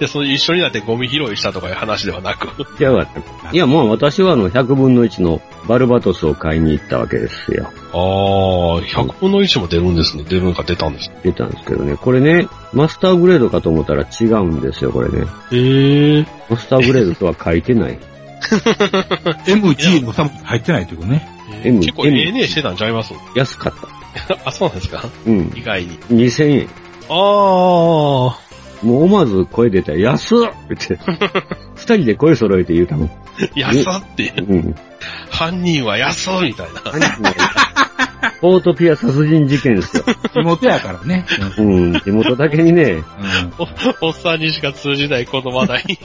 [SPEAKER 3] で、その一緒になってゴミ拾いしたとかいう話ではなく。
[SPEAKER 4] じゃあ、いや、まあ私はあの、100分の1のバルバトスを買いに行ったわけですよ。
[SPEAKER 3] ああ、100分の1も出るんですね。出るんか出たんです。
[SPEAKER 4] 出たんですけどね。これね、マスターグレードかと思ったら違うんですよ、これね。
[SPEAKER 3] ええ
[SPEAKER 4] マスターグレードとは書いてない。
[SPEAKER 1] MG の3入ってないということね。
[SPEAKER 4] M
[SPEAKER 3] 結構
[SPEAKER 4] M
[SPEAKER 3] ANA してたんちゃいます
[SPEAKER 4] 安かった。
[SPEAKER 3] あ、そうなんですか
[SPEAKER 4] うん。
[SPEAKER 3] 意外に。
[SPEAKER 4] 2000円。
[SPEAKER 3] ああ。
[SPEAKER 4] もう思わず声出たよ安っって。二人で声揃えて言うたもん。
[SPEAKER 3] 安っっていう。
[SPEAKER 4] うん。
[SPEAKER 3] 犯人は安っみたいな。
[SPEAKER 4] 犯人はポートピア殺人事件ですよ。
[SPEAKER 1] 地元やからね。
[SPEAKER 4] うん。地元だけにね、
[SPEAKER 1] うん
[SPEAKER 3] おおっさんにしか通じないこの話題。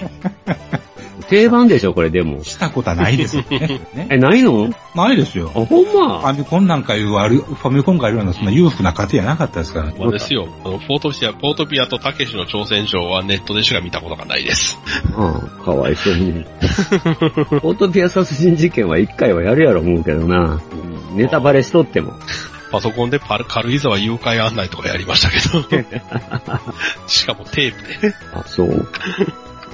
[SPEAKER 4] 定番でしょ、これでも。
[SPEAKER 1] したことはないですよ ね。ね
[SPEAKER 4] え、ないの
[SPEAKER 1] ないですよ。
[SPEAKER 4] あ、ほん
[SPEAKER 1] ファ
[SPEAKER 4] ま。
[SPEAKER 1] ミコンなんかいうある、ファミコンがいるような、そんな裕福な家庭やなかったですから。
[SPEAKER 3] まあですよ。あの、ポートピア、ポートピアとたけしの挑戦状はネットでしか見たことがないです。
[SPEAKER 4] ああ、かわいそうに。ポートピア殺人事件は一回はやるやろ思うけどな。ネタバレしとっても。
[SPEAKER 3] パソコンでパル軽井沢誘拐案内とかやりました けど。しかもテープで。
[SPEAKER 4] あ、そう。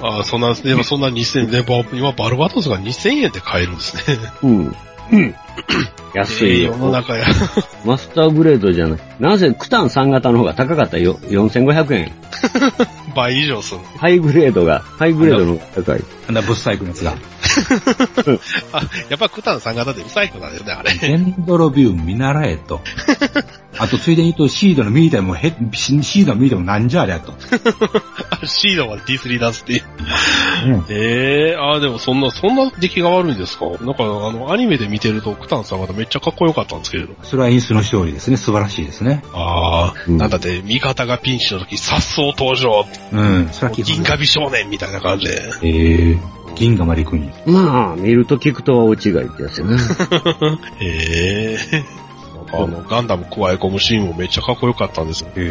[SPEAKER 3] ああ、そんな、でもそんな2000円で、ば今バルバトスが2000円で買えるんですね。
[SPEAKER 4] うん。 安い
[SPEAKER 3] えー世の
[SPEAKER 4] よ。
[SPEAKER 3] 中や。
[SPEAKER 4] マスターグレードじゃない。なぜクタン3型の方が高かったよ。4500円。
[SPEAKER 3] 倍以上する。
[SPEAKER 4] ハイグレードが、ハイグレードの方が高い。
[SPEAKER 1] あんなブッサイクのやつが。
[SPEAKER 3] あ、やっぱクタンさん型で不細工なんだよね、あれ。
[SPEAKER 1] デンドロビウム見習え と。あと、ついでに言うと、シードのミーダもへ、シシードのミーダもなんじゃありゃと。
[SPEAKER 3] あシードは D3 出すっていう。ええああ、でもそんな、そんな出来が悪いんですかなんか、あの、アニメで見てるとクタンさん型めっちゃかっこよかったんですけれど。
[SPEAKER 1] それは演出の勝利ですね。素晴らしいですね。
[SPEAKER 3] ああ、
[SPEAKER 4] うん
[SPEAKER 3] なんだって、味方がピンチの時、殺走登場、
[SPEAKER 1] うん。それは基
[SPEAKER 3] 銀
[SPEAKER 1] 本。
[SPEAKER 3] 紙少年みたいな感じで。
[SPEAKER 1] ええ銀河まで行くんや
[SPEAKER 4] まあ、見ると聞くとは大違いってやつよね。
[SPEAKER 3] ええなんかあの、ガンダム加え込むシーンもめっちゃかっこよかったんですよ。
[SPEAKER 1] え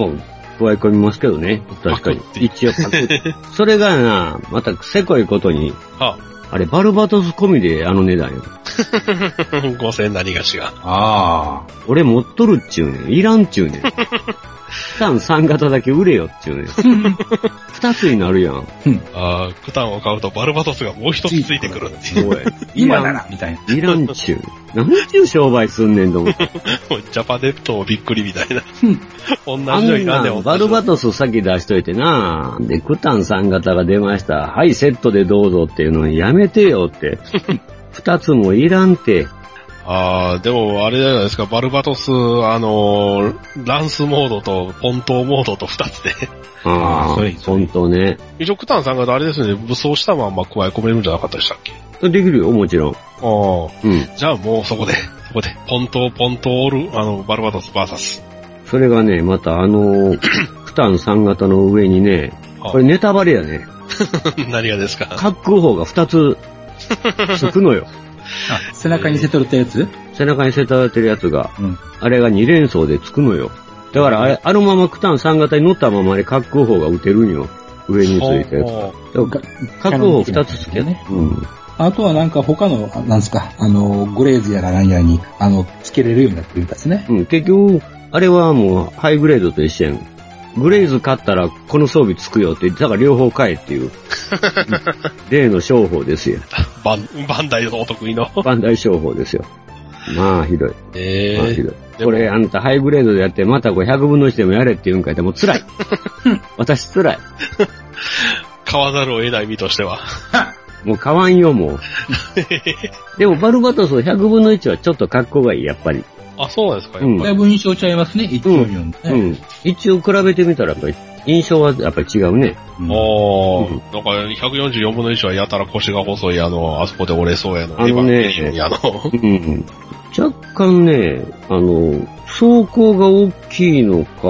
[SPEAKER 1] え
[SPEAKER 4] ん。まあ、加え込みますけどね。確 かに
[SPEAKER 3] パクっ。て
[SPEAKER 4] 一応 パクって。それがな、またせこいことに、
[SPEAKER 3] は
[SPEAKER 4] あれ、バルバトス込みであの値段よ。
[SPEAKER 3] 5000何が違う。
[SPEAKER 1] あ
[SPEAKER 4] 俺持っとるっちゅうねん。いらんっちゅうねん。クタン3型だけ売れよっち ゅうねん。二つになるやん。
[SPEAKER 3] ああ、クタンを買うとバルバトスがもう一つついてくるっていう。
[SPEAKER 4] おい。
[SPEAKER 1] 今ならみたいな。
[SPEAKER 4] いらんちゅう。なんちゅう商売すんねんと思って。
[SPEAKER 3] もう ジャパネットをびっくりみたいな。 同
[SPEAKER 4] あ
[SPEAKER 3] じのい
[SPEAKER 4] ん
[SPEAKER 3] らんね、
[SPEAKER 4] なんんバルバトス先出しといてな。で、クタン3型が出ました。はい、セットでどうぞっていうのにやめてよ って。二つもいらんて。
[SPEAKER 3] ああ、でもあれじゃないですか、バルバトス、あのーランスモードとポントモードと二つで。
[SPEAKER 4] ああ
[SPEAKER 1] それ、それ
[SPEAKER 4] 本当ね。
[SPEAKER 3] 一応クタンさんがあれですね、武装したまんま加え込めるんじゃなかったでしたっけ
[SPEAKER 4] できるよ、もちろん。
[SPEAKER 3] ああ。
[SPEAKER 4] うん。
[SPEAKER 3] じゃあもうそこで、そこで、ポント、ポントオール、あの、バルバトスバーサス。
[SPEAKER 4] それがね、またあの、 クタン3型の上にね、
[SPEAKER 3] あ
[SPEAKER 4] これネタバレやね。
[SPEAKER 3] 何がですか
[SPEAKER 4] 滑空砲が二つつくの よ。
[SPEAKER 1] あ、背中にせとるったやつ
[SPEAKER 4] 背中にセタ当てるやつが、
[SPEAKER 1] うん
[SPEAKER 4] あれが二連装でつくのよ。だからあれ、あのままクタン3型に乗ったままで滑空砲が撃てるんよ。上について。
[SPEAKER 3] ほ
[SPEAKER 4] だから滑空砲二つつけね
[SPEAKER 8] ね。
[SPEAKER 4] うん。
[SPEAKER 8] あとはなんか他の、あなんですか、あの、グレーズやらなんやに、あの、つけれるようになってるんですね。
[SPEAKER 4] うん。結局、あれはもうハイグレードと一緒やん。グレーズ買ったらこの装備つくよって、だから両方買えっ ていう。例の商法ですよ。
[SPEAKER 3] うバン、バンダイのお得意の。
[SPEAKER 4] バンダイ商法ですよ。まあ、ひどい。
[SPEAKER 3] ええ
[SPEAKER 4] まあひどい。
[SPEAKER 3] でも
[SPEAKER 4] これ、あんたハイグレードでやって、またこれ100分の1でもやれって言うんかいって、もう辛い。 私辛い。
[SPEAKER 3] 買わざるを得ない身としては。
[SPEAKER 4] もう買わんよ、 もう。でも、バルバトスの100分の1はちょっと格好がいい、やっぱり。
[SPEAKER 3] あ、そうなんですか、
[SPEAKER 4] う
[SPEAKER 3] やっ
[SPEAKER 4] ん
[SPEAKER 3] ぱ
[SPEAKER 1] だ
[SPEAKER 3] り。
[SPEAKER 1] いぶ印象ちゃいますね、一応読んで
[SPEAKER 4] う
[SPEAKER 1] ね。
[SPEAKER 4] ん。一応比べてみたら、やっぱり、印象はやっぱり違うね。
[SPEAKER 1] うん
[SPEAKER 3] お
[SPEAKER 4] うん
[SPEAKER 3] ー、なんか144分の1はやたら腰が細いあの、あそこで折れそうやの、
[SPEAKER 4] あのね
[SPEAKER 3] エヴァンゲリオンやの。
[SPEAKER 4] うん。若干ね、あの、走行が大きいのか、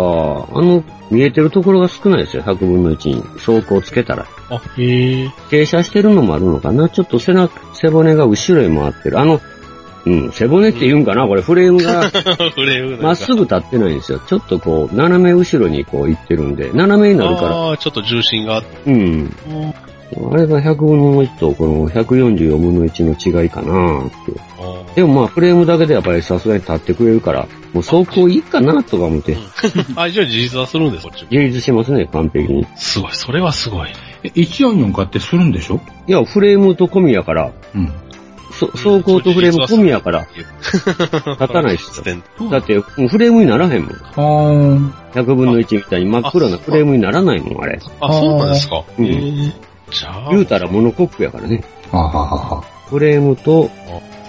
[SPEAKER 4] あの、見えてるところが少ないですよ、100分の1に。走行つけたら。
[SPEAKER 3] あ、 へえ。
[SPEAKER 4] 傾斜してるのもあるのかなちょっと背中、背骨が後ろへ回ってる。あの、うん、背骨って言うんかな、これフレーム が
[SPEAKER 3] フレーム
[SPEAKER 4] まっすぐ立ってないんですよ。ちょっとこう、斜め後ろにこう行ってるんで、斜めになるから。
[SPEAKER 3] ああー、ちょっと重心があって。
[SPEAKER 4] うん。あれが100分の1とこの144分の1の違いかなって。
[SPEAKER 3] あー
[SPEAKER 4] でもまあフレームだけでやっぱりさすがに立ってくれるから、もう走行いいかなとか思って、
[SPEAKER 3] あ、一応自立はするんです、こっちも。
[SPEAKER 4] 自立しますね、完璧に。
[SPEAKER 3] すごい、それはすごい。
[SPEAKER 1] え144買ってするんでしょ
[SPEAKER 4] いや、フレームと込みやから、
[SPEAKER 1] うん。
[SPEAKER 4] そ走行とフレーム込みやから、
[SPEAKER 3] 立
[SPEAKER 4] たないっすよ
[SPEAKER 3] よ。
[SPEAKER 4] だってもうフレームにならへんもん。
[SPEAKER 1] はーん。
[SPEAKER 4] 100分の1みたいに真っ黒なフレームにならないもん、あれ。
[SPEAKER 3] あ、そうなんですか。
[SPEAKER 4] うん
[SPEAKER 3] へーじゃあ、
[SPEAKER 4] 言うたらモノコックやからね。
[SPEAKER 1] はははは。
[SPEAKER 4] フレームと、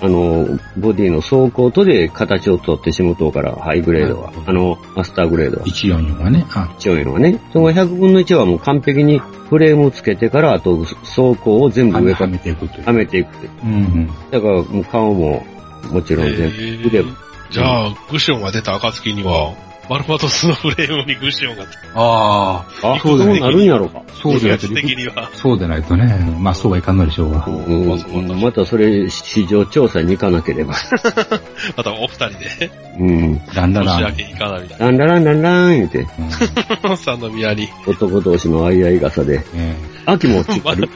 [SPEAKER 4] あの、ボディの走行とで形を取ってしもとうから、ハイグレードは。あの、マスターグレードは。
[SPEAKER 1] 144はね。あ、
[SPEAKER 4] 一応いうのはね。その100分の1はもう完璧にフレームつけてから、あと、走行を全部上
[SPEAKER 1] は
[SPEAKER 4] から
[SPEAKER 1] めていくという。
[SPEAKER 4] はめていくって。
[SPEAKER 1] うんうん。
[SPEAKER 4] だから、もう顔も、もちろん全
[SPEAKER 3] え
[SPEAKER 4] 部腕
[SPEAKER 3] ー
[SPEAKER 4] も。
[SPEAKER 3] じゃあ、グシオンが出た暁には、バルファトスのフレームにグシオンが、
[SPEAKER 1] ああ、
[SPEAKER 4] あ、
[SPEAKER 1] そうだね
[SPEAKER 4] なるんやろか。
[SPEAKER 1] そうでないと
[SPEAKER 3] 技術、的には。
[SPEAKER 1] そうでないとね、まあそうはいかんのでしょうが。
[SPEAKER 4] うん
[SPEAKER 3] まあそこは
[SPEAKER 4] またそれ、市場調査に行かなければ。
[SPEAKER 3] あとはお二人で、
[SPEAKER 4] うん。
[SPEAKER 1] だんだん
[SPEAKER 3] 年
[SPEAKER 1] な
[SPEAKER 3] 明。けいかないみたい
[SPEAKER 4] ランラランランラン言って、
[SPEAKER 1] うん
[SPEAKER 3] な。三宮に、
[SPEAKER 4] 男同士の相合い傘で、
[SPEAKER 1] え
[SPEAKER 4] 秋もつ
[SPEAKER 3] ま
[SPEAKER 4] る。
[SPEAKER 3] た、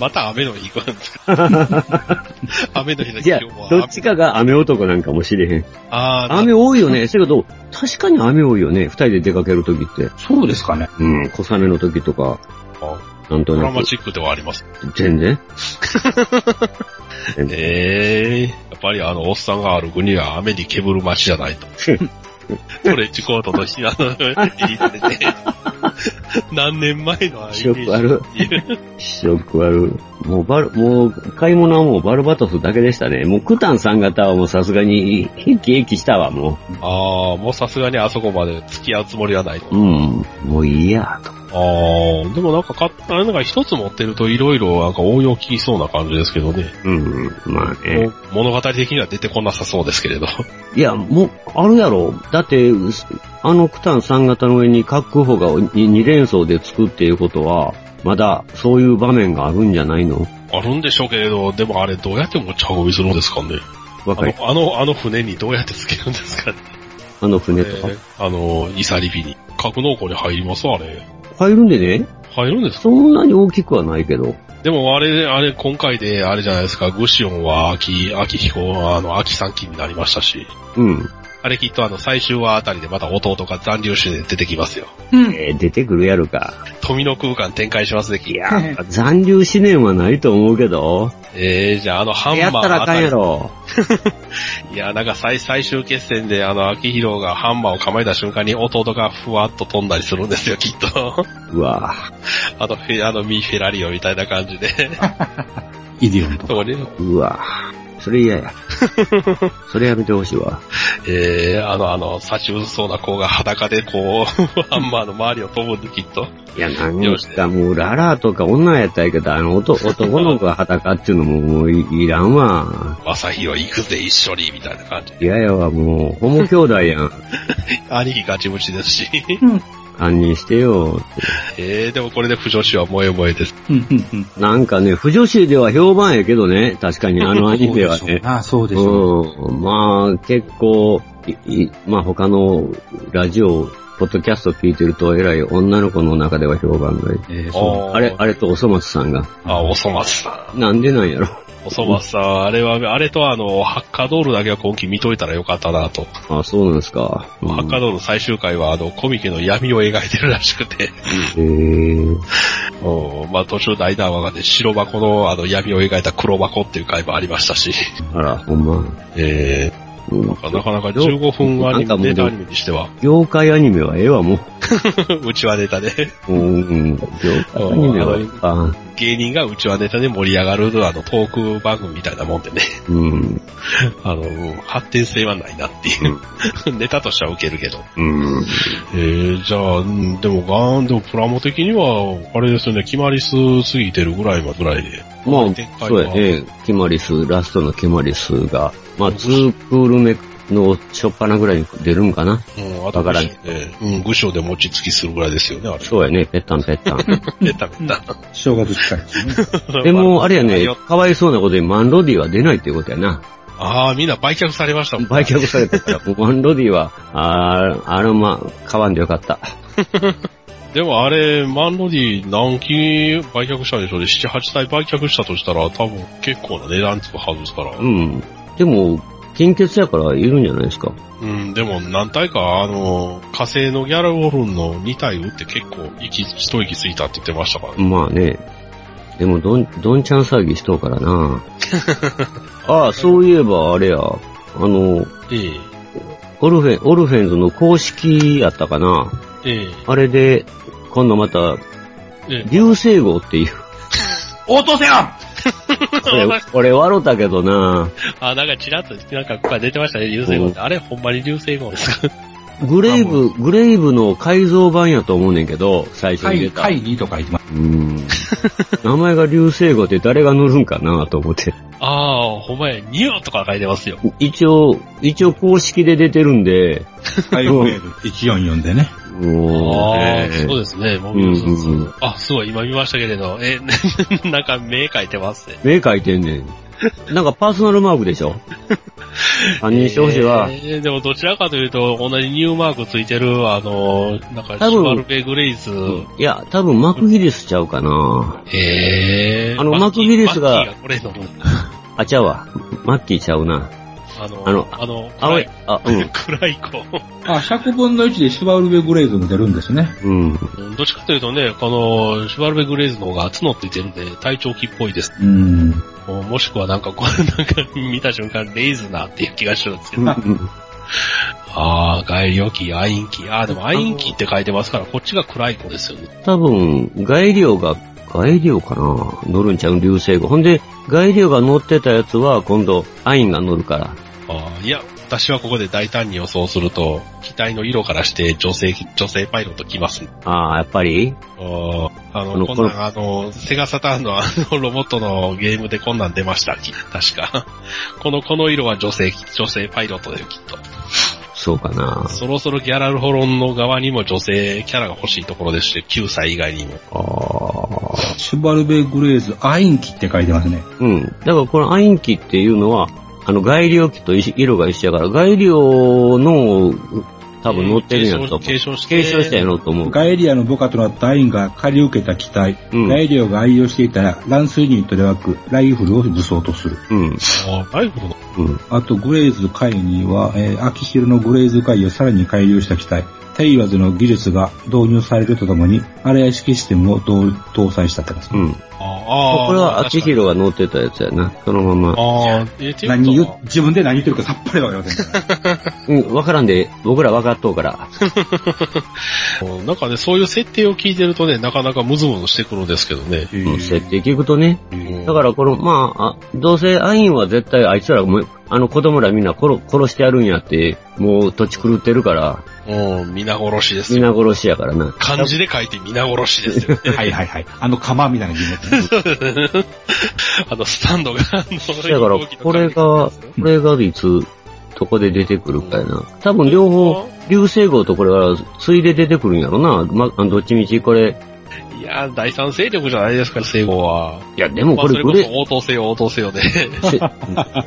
[SPEAKER 3] また雨の日行くんですか 雨の日だけ
[SPEAKER 4] じゃ
[SPEAKER 3] 今
[SPEAKER 4] あ
[SPEAKER 3] 日は、
[SPEAKER 4] どっちかが雨男なんかもしれへん。
[SPEAKER 3] あー
[SPEAKER 4] 雨多いよね。せやけど、確かに雨多いよね。二人で出かけるときって。
[SPEAKER 1] そうですかね。
[SPEAKER 4] うん、小雨のときとか。なんと
[SPEAKER 3] ド
[SPEAKER 4] な
[SPEAKER 3] ラマ
[SPEAKER 4] く。
[SPEAKER 3] チックではあります。
[SPEAKER 4] 全然。全然
[SPEAKER 3] ええやっぱりあの、おっさんが歩くには雨にけぶる街じゃないと。トレッチコートの日な のに、何年前の
[SPEAKER 4] ショックある。ショックある。もうバル、もう、買い物はもうバルバトスだけでしたね。もうクタンさん方はもうさすがに、生き生きしたわ、も
[SPEAKER 3] ああ、もうさすがにあそこまで付き合うつもりはないと。
[SPEAKER 4] う。うん、もういいや、と。
[SPEAKER 3] ああ、でもなんか買った、なんか一つ持ってると色々なんか応用効きそうな感じですけどね。
[SPEAKER 4] うん、まあね。
[SPEAKER 3] 物語的には出てこなさそうですけれど。
[SPEAKER 4] いや、もう、あるやろ。だって、あのクタンさん方の上に各方が2連装でつくっていうことは、まだそういう場面があるんじゃないの
[SPEAKER 3] あるんでしょうけれど、でもあれどうやって持ち運びするんですかね。
[SPEAKER 4] わ
[SPEAKER 3] あ
[SPEAKER 4] かる。
[SPEAKER 3] の、あ の、あの船にどうやって付けるんですかね。
[SPEAKER 4] あの船とか。
[SPEAKER 3] あの、イサリビに。格納庫に入りますあれ。
[SPEAKER 4] 入るんでね、
[SPEAKER 3] 入るんですか
[SPEAKER 4] そんなに大きくはないけど。
[SPEAKER 3] でもあれ、あれ、今回で、あれじゃないですか、グシオンは秋、秋彦、あの、秋三期になりましたし、
[SPEAKER 4] うん。
[SPEAKER 3] あれきっとあの、最終話あたりでまた弟が残留種で出てきますよ。
[SPEAKER 4] えー出てくるやるか。
[SPEAKER 3] 富の空間展開しますね、きっ
[SPEAKER 4] いやー、 残留思念はないと思うけど。
[SPEAKER 3] とえー、じゃああの、ハン
[SPEAKER 4] やっ
[SPEAKER 3] マ
[SPEAKER 4] たら
[SPEAKER 3] ー
[SPEAKER 4] あ
[SPEAKER 3] あ
[SPEAKER 4] か
[SPEAKER 3] た
[SPEAKER 4] ん
[SPEAKER 3] り
[SPEAKER 4] や。ろ。
[SPEAKER 3] いや、なんか最、最終決戦であの、秋広がハンマーを構えた瞬間に弟がふわっと飛んだりするんです よ、きっと。
[SPEAKER 4] うわぁ、
[SPEAKER 3] あの、フェ、あの、ミーフェラリオみたいな感じ で。
[SPEAKER 1] イディオンとか。
[SPEAKER 3] それ
[SPEAKER 4] うわぁ。それ嫌 や。それやめてほしいわ。
[SPEAKER 3] えー、あの、あの、幸しうそうな子が裸でこう、 ハンマーの周りを飛ぶんで、きっと。
[SPEAKER 4] いや、なんかもう、ララとか女やったんやけど、あの男、男の子が裸っていうのももういいらんわ。
[SPEAKER 3] 朝日は行くぜ、一緒に、みたいな感じ。
[SPEAKER 4] 嫌やわ、もう、ホモ兄弟やん。
[SPEAKER 3] 兄貴ガチムチですし。
[SPEAKER 4] 堪忍してよ。
[SPEAKER 3] えー、でもこれで不女子は萌え萌えです。
[SPEAKER 4] なんかね、不女子では評判やけどね、確かにあのアニメはね。
[SPEAKER 1] ああ、そうでしょう。
[SPEAKER 4] うん。まあ、結構、いいまあ他のラジオ、ポッドキャスト聞いてると、えらい女の子の中では評判がいい。
[SPEAKER 1] えーそう
[SPEAKER 3] ー
[SPEAKER 4] あれ、あれとおそ松さんが。
[SPEAKER 3] あ、おそ松さん。
[SPEAKER 4] なんでなんやろ。
[SPEAKER 3] おそ松さん、あれは、あれとあの、ハッカドールだけは今期見といたらよかったなと。
[SPEAKER 4] あ、そうなんですか。
[SPEAKER 3] ハッカドール最終回はあの、コミケの闇を描いてるらしくて。
[SPEAKER 4] へー
[SPEAKER 3] うん、 まあ途中大談話がね、白箱のあの、闇を描いた黒箱っていう回もありましたし。
[SPEAKER 4] あら、ほんま。
[SPEAKER 3] え
[SPEAKER 4] うん
[SPEAKER 3] ー、なかなか15分アニ
[SPEAKER 4] なんかも
[SPEAKER 3] メ、ネ
[SPEAKER 4] う
[SPEAKER 3] タアニメにしては、
[SPEAKER 4] 業界アニメはええわ、も
[SPEAKER 3] うちはネタで。
[SPEAKER 4] う。うん、業界アニメはええわ。
[SPEAKER 3] 芸人がうちはネタで盛り上がるあのトーク番組みたいなもんでね、
[SPEAKER 4] うん、
[SPEAKER 3] あの、発展性はないなっていう。 ネタとしては受けるけど。
[SPEAKER 4] うん。
[SPEAKER 3] えー、じゃあ、うんでもガーン、でもプラモ的には、あれですよね、決まり数過ぎてるぐらいはぐらいで。
[SPEAKER 4] まあ
[SPEAKER 3] 展開、は
[SPEAKER 4] そうやね。キマリス、ラストのキマリスが、まあ、ツークール目の初っ端ぐらいに出るんかな。
[SPEAKER 3] うん、あ
[SPEAKER 4] わからん
[SPEAKER 3] 愚将で、うん、愚将で餅つきするぐらいですよね、あれ。
[SPEAKER 4] そうやね、ぺったんぺったん。
[SPEAKER 3] ベタベタ。
[SPEAKER 1] 正月近いですね。
[SPEAKER 4] でも、あれや
[SPEAKER 3] あ
[SPEAKER 4] ね
[SPEAKER 3] よ、
[SPEAKER 4] かわいそうなことにマンロディは出ないっていうことやな。
[SPEAKER 3] ああ、みんな売却されましたもん。
[SPEAKER 4] 売却されたから、もうマンロディは、あー、あのま、買わんでよかった。
[SPEAKER 3] でもあれ、マンロディ何機売却したでしょうね。7、8体売却したとしたら、多分結構な値段つくはずですから。
[SPEAKER 4] うん。でも、金欠やからいるんじゃないですか。
[SPEAKER 3] うん、でも何体か、あの、火星のギャラゴルンの2体打って結構息、一息ついたって言ってましたからね。
[SPEAKER 4] まあね。でも、どん、どんちゃん騒ぎしとうからな。ああ、そういえばあれや、あの、
[SPEAKER 3] え
[SPEAKER 4] オルフェン、オルフェンズの公式やったかな。
[SPEAKER 3] え、え
[SPEAKER 4] あれで、今度また、
[SPEAKER 3] え、ええ。
[SPEAKER 4] 流星号っていう。
[SPEAKER 6] 落とせよ
[SPEAKER 4] 俺、俺笑ったけどな。
[SPEAKER 3] あ、なんかちらっと、なんかここから出てましたね、流星号って。あれ、ほんまに流星号ですか
[SPEAKER 4] グレイブ、グレイブの改造版やと思うねんけど、最初に出
[SPEAKER 1] 会
[SPEAKER 4] た。
[SPEAKER 1] 会議とか言ってます。
[SPEAKER 4] うーん。名前が流星号って誰が塗るんかなと思って。
[SPEAKER 3] ああ、ほんまや、ニューとか書いてますよ。
[SPEAKER 4] 一応、一応公式で出てるんで、
[SPEAKER 1] はい、144でね。
[SPEAKER 3] あ
[SPEAKER 4] もう、
[SPEAKER 3] あ
[SPEAKER 4] え、ー
[SPEAKER 3] そうですね、モビルスーツ。
[SPEAKER 4] うんうんうん
[SPEAKER 3] あ、すごい、今見ましたけれど、え、 なんか目書いてますね。
[SPEAKER 4] 目描いてんねん。なんかパーソナルマークでしょあにしてほしいわ。
[SPEAKER 3] えーでもどちらかというと、同じニューマークついてる、あの、なんか、
[SPEAKER 4] 多分
[SPEAKER 3] シュワルベ・グレイズ。
[SPEAKER 4] いや、多分マクヒリスちゃうかな。
[SPEAKER 3] ええ
[SPEAKER 4] あの
[SPEAKER 3] マッキー
[SPEAKER 4] マクフィリスが
[SPEAKER 3] マッキーこれの、
[SPEAKER 4] あ、ちゃうわ。マッキーちゃうな。
[SPEAKER 3] あの、あ
[SPEAKER 4] あ
[SPEAKER 3] の
[SPEAKER 4] の、
[SPEAKER 3] あの
[SPEAKER 4] 青
[SPEAKER 3] 暗
[SPEAKER 4] い
[SPEAKER 3] い、、
[SPEAKER 4] あ、う ん。
[SPEAKER 3] 暗い子。
[SPEAKER 1] あ、100分の1でシュバルベグレーズも出るんですね。
[SPEAKER 4] うん。
[SPEAKER 3] どっちかというとね、この、シュバルベ・グレイズの方が角ついてるんで、体調器っぽいです。
[SPEAKER 1] うん。
[SPEAKER 3] もうもしくはなんか、こう、 なんか、見た瞬間、レイズナーっていう気がするんですけど。ああ、外良期、アイン期。ああ、でもアイン期って書いてますから、こっちが暗い子ですよね。
[SPEAKER 4] 多分、外量が、外量かな乗るんちゃう流星号。ほんで、外量が乗ってたやつは、今度、アインが乗るから。
[SPEAKER 3] ああ、いや、私はここで大胆に予想すると、機体の色からして女性、女性パイロット来ます。
[SPEAKER 4] ああ、やっぱり
[SPEAKER 3] あああ
[SPEAKER 4] あ
[SPEAKER 3] の、
[SPEAKER 4] の
[SPEAKER 3] こんなん、あの、セガサターンのあの、ロボットのゲームでこんなん出ました、き確か。 この、この色は女性、女性パイロットだよ、きっと。
[SPEAKER 4] そうかな
[SPEAKER 3] そろそろギャラルホロンの側にも女性キャラが欲しいところですし、9歳以外にも。
[SPEAKER 4] ああ。
[SPEAKER 1] シュバルベグレーズ、アインキって書いてますね。
[SPEAKER 4] うん。だからこのアイン機っていうのは、あの外量機と一緒色が一緒やから、外量の多分乗ってるんやと思う。
[SPEAKER 3] 継承して。
[SPEAKER 4] 継承したやろうと思う。
[SPEAKER 1] ガエリアの部下となったアインが借り受けた機体、
[SPEAKER 4] うん
[SPEAKER 1] ガエリアが愛用していた乱数ユニットで湧くライフルを武装とする。
[SPEAKER 4] うん。
[SPEAKER 3] ああライフルの
[SPEAKER 4] うん。
[SPEAKER 1] あと、グレイズ会議は、えー、秋広のグレイズ会議をさらに改良した機体、テイワズの技術が導入されるとともに、あらや式システムを導搭載したってます。
[SPEAKER 4] うん。こ
[SPEAKER 3] ああああ
[SPEAKER 4] れは秋広が乗ってたやつやな。そのまま。
[SPEAKER 3] ああ、え、ていう
[SPEAKER 1] 何言
[SPEAKER 3] こと
[SPEAKER 1] う、自分で何言ってるかさっぱりわかりませんから。
[SPEAKER 4] うん。わからんで、僕らわかっとうから。
[SPEAKER 3] はなんかね、そういう設定を聞いてるとね、なかなかムズムズしてくるんですけどね。
[SPEAKER 4] うん設定聞くとね。だ
[SPEAKER 3] ら、
[SPEAKER 4] からこの、まあ、あどうせアインは絶対あいつらも、あの子供らみんな殺殺してやるんやって、もう土地狂ってるから、
[SPEAKER 3] うん、皆殺しですよ。
[SPEAKER 4] 皆殺しやからな。
[SPEAKER 3] 漢字で書いて皆殺しです よ。
[SPEAKER 1] はいはいはい。あの釜みたいな字持ってる
[SPEAKER 3] あの、スタンドが、あの、
[SPEAKER 4] だから、これが、これがいつ、どこで出てくるかやな。多分両方、流星号とこれは、ついで出てくるんやろな。ま、あのどっちみちこれ。
[SPEAKER 3] いや、第三勢力じゃないですから、聖護は。
[SPEAKER 4] いや、でも
[SPEAKER 3] まあ、
[SPEAKER 4] こ
[SPEAKER 3] そ
[SPEAKER 4] れ
[SPEAKER 3] れこ
[SPEAKER 4] グ
[SPEAKER 3] そ
[SPEAKER 4] レ、
[SPEAKER 3] 応答せよ、応答せよで。
[SPEAKER 4] せ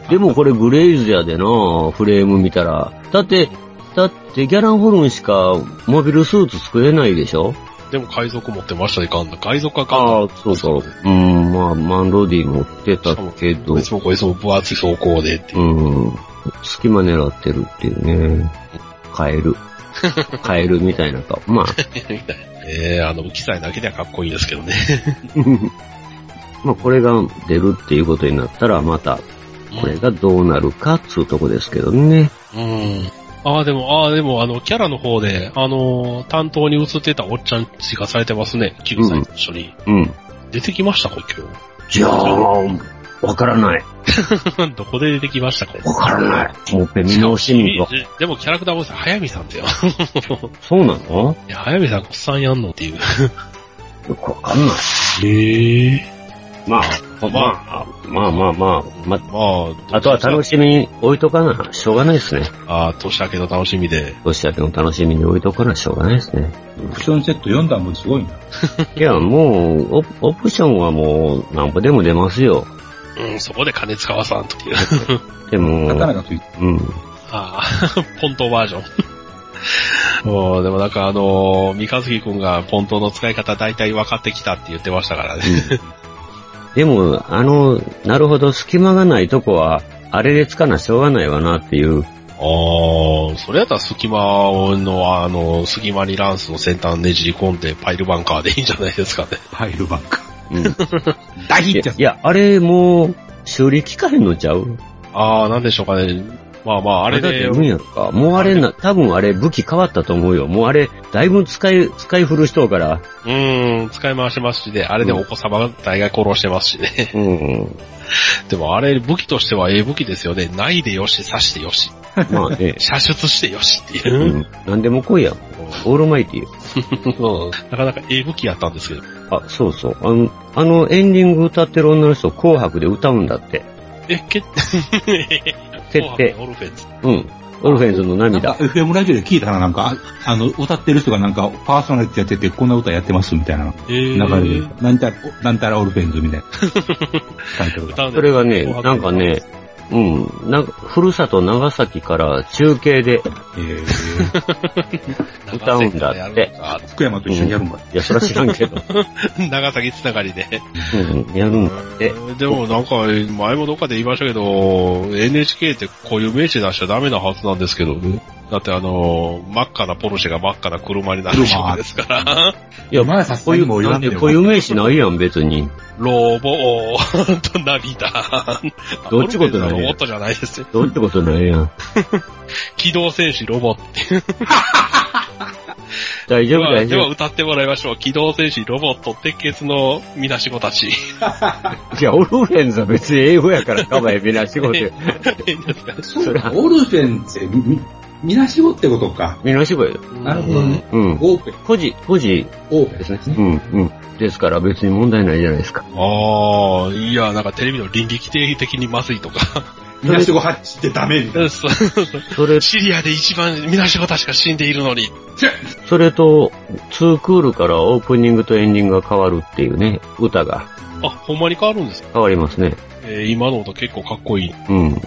[SPEAKER 4] でもこれグレイズやでな、フレーム見たら。だって、だってギャランホルンしかモビルスーツ作れないでしょ
[SPEAKER 3] でも、海賊持ってましたね、ガンダム。海賊はガンダ
[SPEAKER 4] あ
[SPEAKER 3] ム。
[SPEAKER 4] あ、そうそう。うん、まあ、マンロディ持ってたけど
[SPEAKER 3] い、つもこいつも分厚い装甲でっていう。
[SPEAKER 4] うん、隙間狙ってるっていうね。カエ ル。カエルみたいな顔。 まあ、
[SPEAKER 3] ええあの、浮きさえなけりゃかっこいいですけどね。
[SPEAKER 4] まあ、これが出るっていうことになったら、また、これがどうなるかっつうとこですけどね。
[SPEAKER 3] うん。ああ、でも、ああ、でも、あの、キャラの方で、あのー、担当に移ってたおっちゃん追加されてますね。9歳と一緒に。
[SPEAKER 4] うん。
[SPEAKER 3] 出てきましたか、
[SPEAKER 4] じゃあ、わからない。
[SPEAKER 3] 今 日。どこで出てきました か
[SPEAKER 4] わからない。もう一遍見直してみるわ。
[SPEAKER 3] えでも、キャラクターもさ、早見さんってよ。
[SPEAKER 4] そうなの
[SPEAKER 3] いや早見さん、こっさんやんのっていう。
[SPEAKER 4] よくわかんない。
[SPEAKER 3] へえ。
[SPEAKER 4] まあ、まあ、まあまあまあ、ま
[SPEAKER 3] まあ、
[SPEAKER 4] あ、あとは楽
[SPEAKER 3] し
[SPEAKER 4] しみに置いとかな。しょうがないですね。
[SPEAKER 3] ああ、年明けの楽しみで。
[SPEAKER 4] 年明けの楽しみに置いとかなしょうがないです ね。
[SPEAKER 1] オプションセット4段もすごいな。
[SPEAKER 4] いや、もう、オオプションはもう、なんぼでも出ますよ。
[SPEAKER 3] うん、そこで金使わさんという。
[SPEAKER 4] でも、
[SPEAKER 1] 刀がついてる。
[SPEAKER 4] うん。
[SPEAKER 3] ああ、 ポントバージョン。もう、でもなんかあのー、三日月くんがポントの使い方大体分かってきたって言ってましたからね。
[SPEAKER 4] でも、あの、なるほど、隙間がないとこは、あれでつかなしょうがないわなってい
[SPEAKER 3] あ
[SPEAKER 4] う。
[SPEAKER 3] あ、それやったら隙間をの、あの、隙間にランスの先端ねじり込んでパイルバンカーでいいんじゃないですか ね。
[SPEAKER 1] パイルバンク。
[SPEAKER 4] うん、
[SPEAKER 1] 大ヒ ッ
[SPEAKER 4] い
[SPEAKER 1] トや
[SPEAKER 4] や
[SPEAKER 1] つ
[SPEAKER 4] いや、あれもう、修理機かへんのちゃう
[SPEAKER 3] ああ、なんでしょうかね。まあまあ、あれ
[SPEAKER 4] だって
[SPEAKER 3] で
[SPEAKER 4] 言、うんやんか。もうあれな、多分あれ武器変わったと思うよ。もうあれ、だいぶ使い、使い古しとうから。
[SPEAKER 3] うーん、使い回してますしね、あれでお子様大概殺してますし ね。
[SPEAKER 4] うん。
[SPEAKER 3] でもあれ武器としてはええ武器ですよね。ないでよし、刺してよし、
[SPEAKER 4] まあ ね。
[SPEAKER 3] 射出してよしっていうう。
[SPEAKER 4] ん。なんでも来いやん。オールマイティよ。
[SPEAKER 3] うんなかなかええ武器やったんですけど。
[SPEAKER 4] あ、そうそう。あの、あのエンディング歌ってる女の人、紅白で歌うんだって。
[SPEAKER 3] え、 け、
[SPEAKER 4] 設定。
[SPEAKER 3] オルフェンズ。
[SPEAKER 4] うん。オルフェンズの
[SPEAKER 1] なんか
[SPEAKER 4] 涙。
[SPEAKER 1] FM ラジオで聞いたらなんか、ああの、歌ってる人がなんかパーソナリティやっててこんな歌やってますみたいな
[SPEAKER 3] えー
[SPEAKER 1] 流れで、なんたら、なんたらオルフェンズみたいなタイトルが。
[SPEAKER 3] 歌うんで
[SPEAKER 4] それがね、なんかね、、うん。なんか、ふるさと長崎から中継で、
[SPEAKER 1] えー、
[SPEAKER 4] 歌うんだって。
[SPEAKER 1] 福山と一緒にやるんか。
[SPEAKER 4] いや、そら知らんけ ど。
[SPEAKER 3] 長崎つながりで。
[SPEAKER 4] うん。やるんだって。
[SPEAKER 3] でもなんか、前もどっかで言いましたけど、NHK ってこういう名詞出しちゃダメなはずなんですけど、だってあの、真っ赤なポルシェが真っ赤な車になる曲ですから、
[SPEAKER 4] いや、
[SPEAKER 1] まあさす
[SPEAKER 4] こ
[SPEAKER 1] が
[SPEAKER 4] うい
[SPEAKER 1] に
[SPEAKER 4] う、
[SPEAKER 1] もう言
[SPEAKER 4] な
[SPEAKER 1] わ
[SPEAKER 4] ん
[SPEAKER 1] んで
[SPEAKER 4] で
[SPEAKER 1] も
[SPEAKER 4] 固有名詞ないやん、別に。
[SPEAKER 3] ロボーと涙。
[SPEAKER 4] どっちことない
[SPEAKER 3] ロボットじゃないですよ。
[SPEAKER 4] どうってことないやん。
[SPEAKER 3] 機動戦士ロボット。
[SPEAKER 4] 大
[SPEAKER 3] で
[SPEAKER 4] 丈夫、
[SPEAKER 3] は、
[SPEAKER 4] 大
[SPEAKER 3] で
[SPEAKER 4] 丈
[SPEAKER 3] は
[SPEAKER 4] 夫。
[SPEAKER 3] 歌ってもらいましょう。機動戦士ロボット、鉄血のみなし子たち。
[SPEAKER 4] いや、オルフェンズは別に英語やから、かば えみんな仕事や。
[SPEAKER 3] いいですか
[SPEAKER 4] そら、
[SPEAKER 1] オルフェンズ、み、みなしごってことか。
[SPEAKER 4] みんな仕事や。
[SPEAKER 1] なるほどね。
[SPEAKER 4] うん。
[SPEAKER 1] オーペン、
[SPEAKER 4] 個人、個人
[SPEAKER 1] オーペン
[SPEAKER 4] で
[SPEAKER 1] ですす
[SPEAKER 4] ね
[SPEAKER 1] ね。。
[SPEAKER 4] うん、うん。ですから別に問題ないじゃないですか。
[SPEAKER 3] ああ、いや、なんかテレビの倫理規定的にまずいとか。
[SPEAKER 1] みなしご発ってダメみたいな。
[SPEAKER 4] それ、
[SPEAKER 3] シリアで一番みなし子たちが死んでいるのに。
[SPEAKER 4] それと、ツークールからオープニングとエンディングが変わるっていうね、歌が
[SPEAKER 3] あ、ほんまに変わるんですか
[SPEAKER 4] 変わりますね。
[SPEAKER 3] えー今の音結構かっこいい。
[SPEAKER 4] うん。変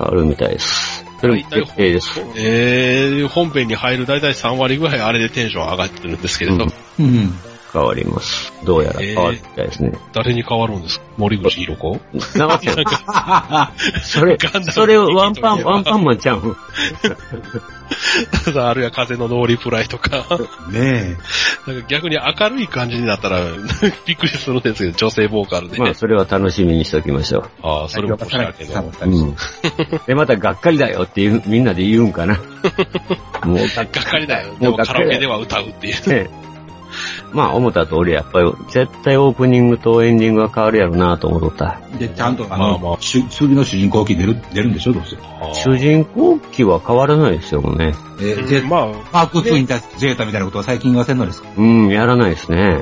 [SPEAKER 4] わるみたいです。それも決定です。
[SPEAKER 3] えー、本編に入る大体3割ぐらいあれでテンション上がってるんですけれど、
[SPEAKER 4] う
[SPEAKER 1] う
[SPEAKER 4] ん
[SPEAKER 1] ん。
[SPEAKER 4] 変わります。どうやら変わるみたいですね。
[SPEAKER 3] 誰に変わるんですか森口博子
[SPEAKER 4] 長瀬
[SPEAKER 3] なんか、
[SPEAKER 4] それ
[SPEAKER 3] ガンダム、
[SPEAKER 4] それワンパン、ワンパンマンちゃうん。
[SPEAKER 3] あるいは風のノーリプライとか、
[SPEAKER 1] ね
[SPEAKER 3] なんか逆に明るい感じになったら、 びっくりするんですけど、女性ボーカルで。
[SPEAKER 4] まあ、それは楽しみにしておきましょ
[SPEAKER 3] ああ、それも面白いけど。
[SPEAKER 1] え。
[SPEAKER 4] う。うん。で、またがっかりだよっていう、みんなで言うん かな。もう、がっ
[SPEAKER 3] がっかりだよ。でも
[SPEAKER 4] がっ
[SPEAKER 3] カ
[SPEAKER 4] かりだよ
[SPEAKER 3] ラオケでは歌うっていう。
[SPEAKER 4] ねまあ、思った通り、やっぱり、絶対オープニングとエンディングが変わるやろなと思っとった。
[SPEAKER 1] で、ちゃんとあ
[SPEAKER 3] まあま
[SPEAKER 1] の、しゅ次の主人公機出る、出るんでしょどうせ。
[SPEAKER 4] 主人公機は変わらないですよね。
[SPEAKER 1] え
[SPEAKER 3] う
[SPEAKER 1] ー、
[SPEAKER 3] ん
[SPEAKER 1] ゼ
[SPEAKER 3] ま
[SPEAKER 1] マーク2に対してゼータみたいなことは最近言わせんのですか
[SPEAKER 4] うん、やらないですね。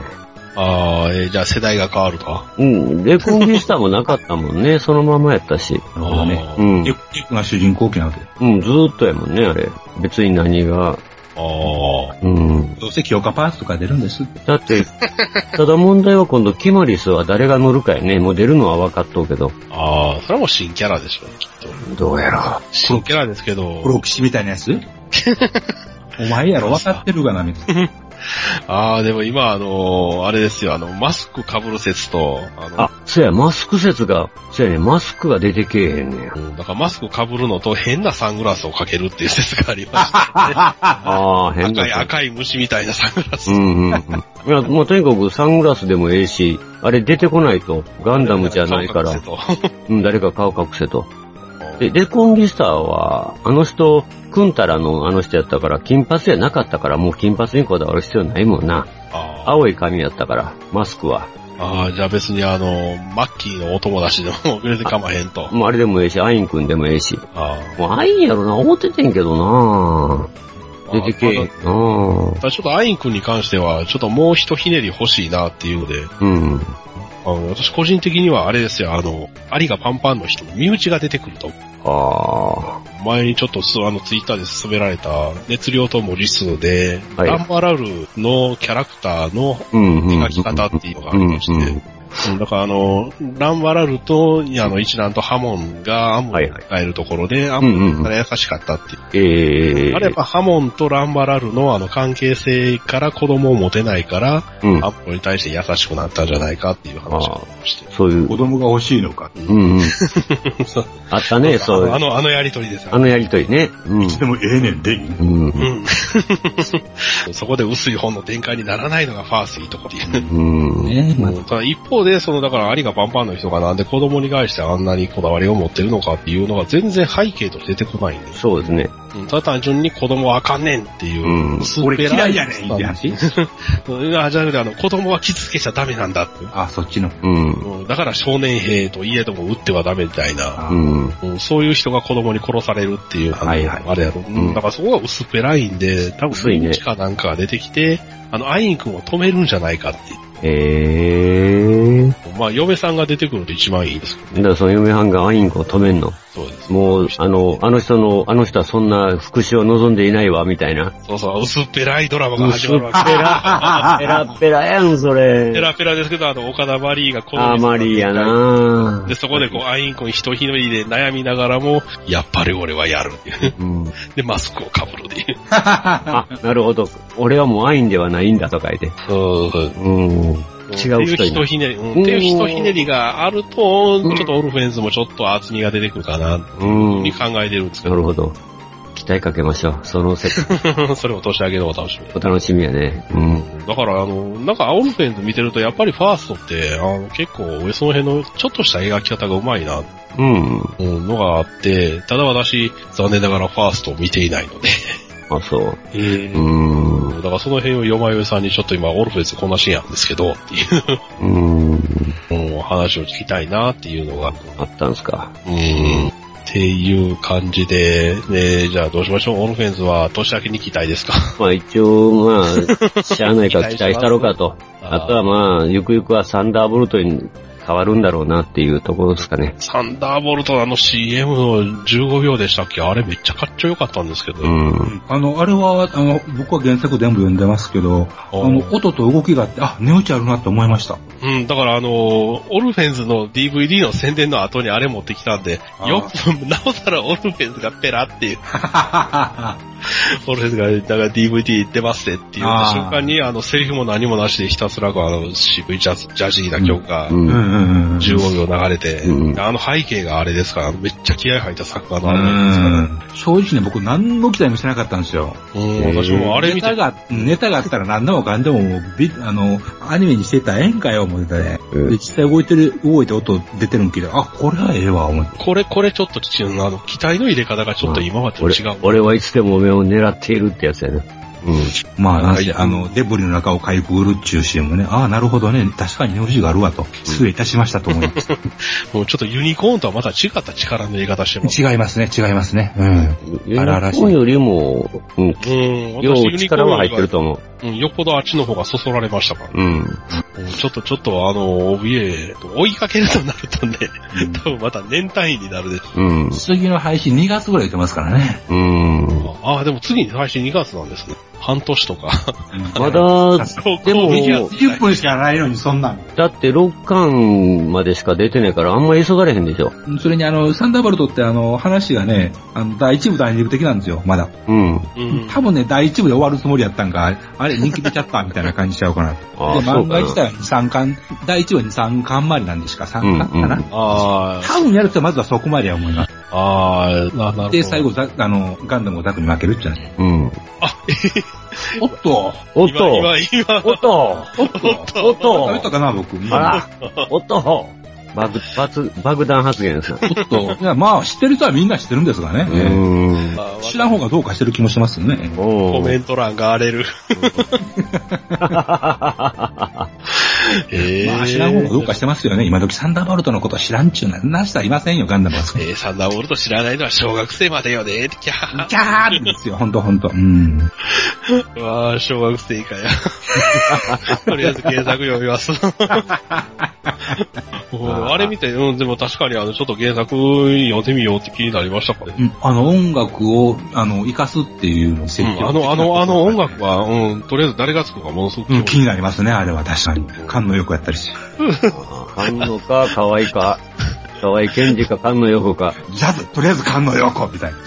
[SPEAKER 3] あ、ああ、えーじゃあ世代が変わると。
[SPEAKER 4] うん、レコンギスタもなかったもん ね。そのままやったし。
[SPEAKER 1] なるほどね。
[SPEAKER 4] う
[SPEAKER 3] あ
[SPEAKER 4] ん
[SPEAKER 1] エ。クエクが主人公機なわけで。
[SPEAKER 4] うん、ずーっとやもんね、あれ。別に何が。
[SPEAKER 3] あああ、
[SPEAKER 4] うん。
[SPEAKER 1] どうせ強化パーツとか出るんです。
[SPEAKER 4] だ って、ただ問題は今度、キマリスは誰が乗るかやね。もう出るのは分かっとうけど。
[SPEAKER 3] ああ、それはもう新キャラでしょうね、きっと。
[SPEAKER 4] どうやら。
[SPEAKER 3] 新キャラですけど
[SPEAKER 1] プ、ロ騎士みたいなや つお前やろ、分かってるがな、みたいな。
[SPEAKER 3] ああ、でも今、あのーあれですよ、あの、マスク被る説と、あの、
[SPEAKER 4] あ、そうや、マスク説が、そうやね、マスクが出てけえへんねや。
[SPEAKER 3] うんだからマスク被るのと変なサングラスをかけるっていう説がありました。
[SPEAKER 4] ああ、変
[SPEAKER 3] 赤、。
[SPEAKER 4] ない
[SPEAKER 3] 赤い虫みたいなサングラス。
[SPEAKER 4] うんうんうん。いや、もうとにかくサングラスでもええし、あれ出てこないと、ガンダムじゃないから
[SPEAKER 3] 顔、隠
[SPEAKER 4] うん、誰か顔隠せと。
[SPEAKER 3] せ
[SPEAKER 4] で、
[SPEAKER 3] と
[SPEAKER 4] レコンギスターは、あの人、クンタラのあの人やったから、金髪やなかったから、もう金髪にこだわる必要ないもんな。
[SPEAKER 3] あー
[SPEAKER 4] 青い髪やったから、マスクは。
[SPEAKER 3] あー、じゃあ別にあの、マッキーのお友達でも別に構へんと。
[SPEAKER 4] もうあれでもええし、アインくんでもええし。
[SPEAKER 3] あ
[SPEAKER 4] もうアインやろな、思っててんけどな
[SPEAKER 3] ー
[SPEAKER 4] 出てけえへん
[SPEAKER 3] ま
[SPEAKER 4] なぁ
[SPEAKER 3] あただちょっとアイン君に関しては、ちょっともう一ひねり欲しいなっていうので、
[SPEAKER 4] うん。
[SPEAKER 3] あの、私個人的にはあれですよ、あの、アリがパンパンの人、身内が出てくると。
[SPEAKER 4] あ
[SPEAKER 3] 前にちょっとす、あの、ツイッターで勧められた、熱量ともリストで、
[SPEAKER 4] はい
[SPEAKER 3] ダンバラルのキャラクターの
[SPEAKER 4] ー。うんうん。
[SPEAKER 3] 描き方っていうのがありまして、うんだからあの、ランバラルと、いやあの、一蘭とハモンがアムを
[SPEAKER 4] はいはい
[SPEAKER 3] 迎えるところで、ア
[SPEAKER 4] うん
[SPEAKER 3] ム
[SPEAKER 4] うんうん。
[SPEAKER 3] が優しかったっていう。
[SPEAKER 4] ええ
[SPEAKER 3] あれやっぱハモンとランバラルのあの関係性から子供を持てないから、
[SPEAKER 4] うん
[SPEAKER 3] ア。ムに対して優しくなったんじゃないかっていう話がありまして。
[SPEAKER 4] そういう
[SPEAKER 1] 子、供が欲しいのか。
[SPEAKER 4] う んうん。あったね、そうい
[SPEAKER 3] あ
[SPEAKER 4] う。
[SPEAKER 3] の、あのやりとりですよ
[SPEAKER 4] あのやりとりね。うん。
[SPEAKER 1] でもええねんで。
[SPEAKER 4] うん。
[SPEAKER 3] うん。そこで薄い本の展開にならないのがファースいいとこっていう。
[SPEAKER 4] うん。
[SPEAKER 1] ね
[SPEAKER 3] ただ一方で、その、だから、ありがパンパンの人がなんで子供に対してあんなにこだわりを持ってるのかっていうのが全然背景として出てこないんです。
[SPEAKER 4] そうですね。
[SPEAKER 3] うんただ単純に子供はあかんねんっていうう、
[SPEAKER 4] ん。
[SPEAKER 3] すっ
[SPEAKER 1] 俺
[SPEAKER 3] ぺら
[SPEAKER 1] 嫌いやねんって話
[SPEAKER 3] うんあ、じゃなくて、あの、子供は傷つけちゃダメなんだって。
[SPEAKER 1] あ、そっちの。
[SPEAKER 4] うん。
[SPEAKER 3] うんだから少年兵といえども撃ってはダメみたいな、
[SPEAKER 1] あ
[SPEAKER 4] うん。
[SPEAKER 3] うんそういう人が子供に殺されるっていう、あの
[SPEAKER 1] はいはい
[SPEAKER 3] あれやろ、うん
[SPEAKER 4] うん
[SPEAKER 3] だからそこが薄っぺらいんで、多分、
[SPEAKER 4] 薄いね
[SPEAKER 3] かなんかが出てきて、あの、アイン君を止めるんじゃないかって。
[SPEAKER 4] えー。
[SPEAKER 3] まあ、嫁さんが出てくると一番いいですけど
[SPEAKER 4] だからその嫁はんがアインコを止めんの。
[SPEAKER 3] そうです。
[SPEAKER 4] もう、あの、あの人の、あの人はそんな復讐を望んでいないわ、みたいな。
[SPEAKER 3] そうそう、薄っぺらいドラマが始まるわけ
[SPEAKER 4] ペラ、ペラペラやん、そ
[SPEAKER 3] ペ
[SPEAKER 4] れ。
[SPEAKER 3] ラペラですけど、あの、岡田マリーがこ
[SPEAKER 4] あまりやな
[SPEAKER 3] で、そこでこう、アイン君一人一人で悩みながらも、やっぱり俺はやるっていう。
[SPEAKER 4] うん。
[SPEAKER 3] で、マスクをかぶるで。
[SPEAKER 4] あ、なるほど。俺はもうアインではないんだと書いて。
[SPEAKER 3] そうそう。
[SPEAKER 4] うん。違う
[SPEAKER 3] って
[SPEAKER 4] 人
[SPEAKER 3] いう
[SPEAKER 4] に
[SPEAKER 3] 人
[SPEAKER 4] なる。
[SPEAKER 3] ひねり、うん、っていう人ひねりがあると、ちょっとオルフェンズもちょっと厚みが出てくるかな、
[SPEAKER 4] う。
[SPEAKER 3] ふうんに
[SPEAKER 4] な
[SPEAKER 3] 考えてるん ですけ
[SPEAKER 4] るほど。期待かけましょう。その世界、
[SPEAKER 3] ど、それを年上げのお楽しみ。
[SPEAKER 4] お楽しみやね。うん。
[SPEAKER 3] だから、あの、なんか、オルフェンズ見てると、やっぱりファーストって、あの、結構、その辺の、ちょっとした描き方がうまいな、
[SPEAKER 4] うん。
[SPEAKER 3] うん、のがあって、ただ私、残念ながらファーストを見ていないので、
[SPEAKER 4] あ、そう。
[SPEAKER 1] えー
[SPEAKER 4] うん。
[SPEAKER 3] だからその辺をよまよさんにちょっと今、オルフェンズこんなシーンやんですけど、っていう
[SPEAKER 4] うん。
[SPEAKER 3] うん、話を聞きたいな、っていうのが、
[SPEAKER 4] あったんすか。
[SPEAKER 3] うんっていう感じで、ね、じゃあどうしましょうオルフェンズは年明けに期待ですか
[SPEAKER 4] まあ一応、ま あ、しゃあないから期待したろうかと。 あとはまあ、ゆくゆくはサンダーボルトに変わるんだろうなっていうところですかね。
[SPEAKER 3] サンダーボルトのあの CM の15秒でしたっけあれめっちゃかっちょよかったんですけど。
[SPEAKER 4] うん。
[SPEAKER 1] あの、あれは、あの、僕は原作全部読んでますけど、あの、音と動きがあって、あ、値打ちあるなと思いました。
[SPEAKER 3] うん、だからあのー、オルフェンズの DVD の宣伝の後にあれ持ってきたんで、
[SPEAKER 1] あー
[SPEAKER 3] よく、なおさらオルフェンズがペラっていう、 オルフェンズが、だから DVD 出ますってっていう
[SPEAKER 1] あー
[SPEAKER 3] 瞬間に、あの、セリフも何もなしでひたすらこうあの、渋いジャズ、ジャジーな曲が
[SPEAKER 4] う。
[SPEAKER 1] うんうんんうんうん。
[SPEAKER 3] 15秒流れて、
[SPEAKER 4] うん
[SPEAKER 3] あの背景があれですから、めっちゃ気合入った作家
[SPEAKER 1] う
[SPEAKER 3] のあれなんで
[SPEAKER 1] ん。
[SPEAKER 3] すから。
[SPEAKER 1] 正直ね、僕何の期待もしてなかったんですよ。
[SPEAKER 3] うん、私もあれ見
[SPEAKER 1] ネタ
[SPEAKER 3] て、
[SPEAKER 1] が、ネタがあったら何でもかんでももうビ、あの、アニメにしてたらええんかよ、思ってたね。で、実際動いてる、動いて音出てるん聞いて、あ、これはええわ、思って。
[SPEAKER 3] これ、これちょっと父のあの、期待の入れ方がちょっと今までと
[SPEAKER 4] 俺
[SPEAKER 3] 違う。
[SPEAKER 4] 俺はいつでもお目を狙っているってやつやね。
[SPEAKER 1] まあ、なん
[SPEAKER 3] は
[SPEAKER 1] せ
[SPEAKER 3] い
[SPEAKER 1] あの、デブリの中をかいくぐるっちゅうシーンもね、ああ、なるほどね、確かにネオジがあるわと、失礼いたしましたと思います。
[SPEAKER 3] もうちょっとユニコーンとはまた違った力の入れ方して ます。
[SPEAKER 1] 違いますね、違いますね。うん。
[SPEAKER 4] うん。
[SPEAKER 1] 荒々しい
[SPEAKER 4] 日本よりも、うん。
[SPEAKER 3] うん、
[SPEAKER 4] よ
[SPEAKER 3] 私ユニ
[SPEAKER 4] う
[SPEAKER 3] コー
[SPEAKER 4] 力
[SPEAKER 3] ン
[SPEAKER 4] は
[SPEAKER 3] が
[SPEAKER 4] 入ってると思う。
[SPEAKER 3] うん、よっぽどあっちの方がそそられましたから。
[SPEAKER 4] うん。
[SPEAKER 3] うんちょっと、ちょっとあの、怯え、追いかけるとなると ね、多分また年単位になるでしょ
[SPEAKER 4] うん。
[SPEAKER 1] 次の配信2月ぐらい言ってますからね。
[SPEAKER 4] うん。
[SPEAKER 3] う。ああ、でも次に配信2月なんですね。半年と か。
[SPEAKER 4] ま だ、でも
[SPEAKER 1] 10分しかないのにそんなん。
[SPEAKER 4] だって6巻までしか出てないからあんまり急がれへんでしょ。
[SPEAKER 1] それにあの、サンダーバルトってあの、話がね、あの、第1部第2部的なんですよ、まだ。
[SPEAKER 4] うん。
[SPEAKER 3] うん。
[SPEAKER 1] 多分ね、第1部で終わるつもりやったんか、あれ人気出ちゃったみたいな感じちゃうかな。で、
[SPEAKER 4] ああ、そう
[SPEAKER 1] 漫
[SPEAKER 4] か
[SPEAKER 1] 画
[SPEAKER 4] な
[SPEAKER 1] 自。体は2、3巻、第1部は2、3巻までなんですか、3巻かな。
[SPEAKER 4] うんう
[SPEAKER 3] あ
[SPEAKER 1] 多分やるとまずはそこまでは思います。
[SPEAKER 3] あ、ああ、ななるほど。
[SPEAKER 1] で、最後ザ、あの、ガンダムをザクに負けるっちゃね。
[SPEAKER 4] うん。
[SPEAKER 1] おっと
[SPEAKER 4] おっ
[SPEAKER 3] 今、
[SPEAKER 4] と
[SPEAKER 3] 今、今、
[SPEAKER 4] おっと
[SPEAKER 1] おっと
[SPEAKER 4] おっ
[SPEAKER 1] 食べ
[SPEAKER 4] と
[SPEAKER 1] たかな、僕。
[SPEAKER 4] あらおっとバグ、爆、爆弾発言ですな。
[SPEAKER 1] おっと。いや、まあ、知ってる人はみんな知ってるんですが
[SPEAKER 4] う
[SPEAKER 1] ね。
[SPEAKER 4] ーん。
[SPEAKER 3] あー
[SPEAKER 1] 知らん方がどうかしてる気もしますよね。
[SPEAKER 3] コ
[SPEAKER 4] お
[SPEAKER 3] メ
[SPEAKER 4] ー
[SPEAKER 3] ント欄が荒 れる。え
[SPEAKER 1] まあ、知らん方がどうかしてますよね。今時サンダーバルトのことは知らんちゅうな、なしたいませんよ、ガンダムは。キ
[SPEAKER 3] えー、サンダーボルト知らないのは小学生までよね。キャー。
[SPEAKER 1] ャーですよ、ほんとほんと。うん。
[SPEAKER 3] うわー小学生以下や。 とりあえず原作読み ます。もうあれ見て、うん、でも確かにあの、ちょっと原作読んでみようって気になりましたからね。
[SPEAKER 1] うんあの、音楽を、あの、活かすっていうのを
[SPEAKER 3] う
[SPEAKER 1] 積極的
[SPEAKER 3] ん、
[SPEAKER 1] な
[SPEAKER 3] あの、あの、あの音楽は、うん、とりあえず誰が作るかものすごく
[SPEAKER 1] うん、気になりますね、あれは確かに。感のよくやったりし。
[SPEAKER 4] 菅野か、河合か、河合健二か、菅野横か。
[SPEAKER 1] ジャズ、とりあえず感のよくみ たいな。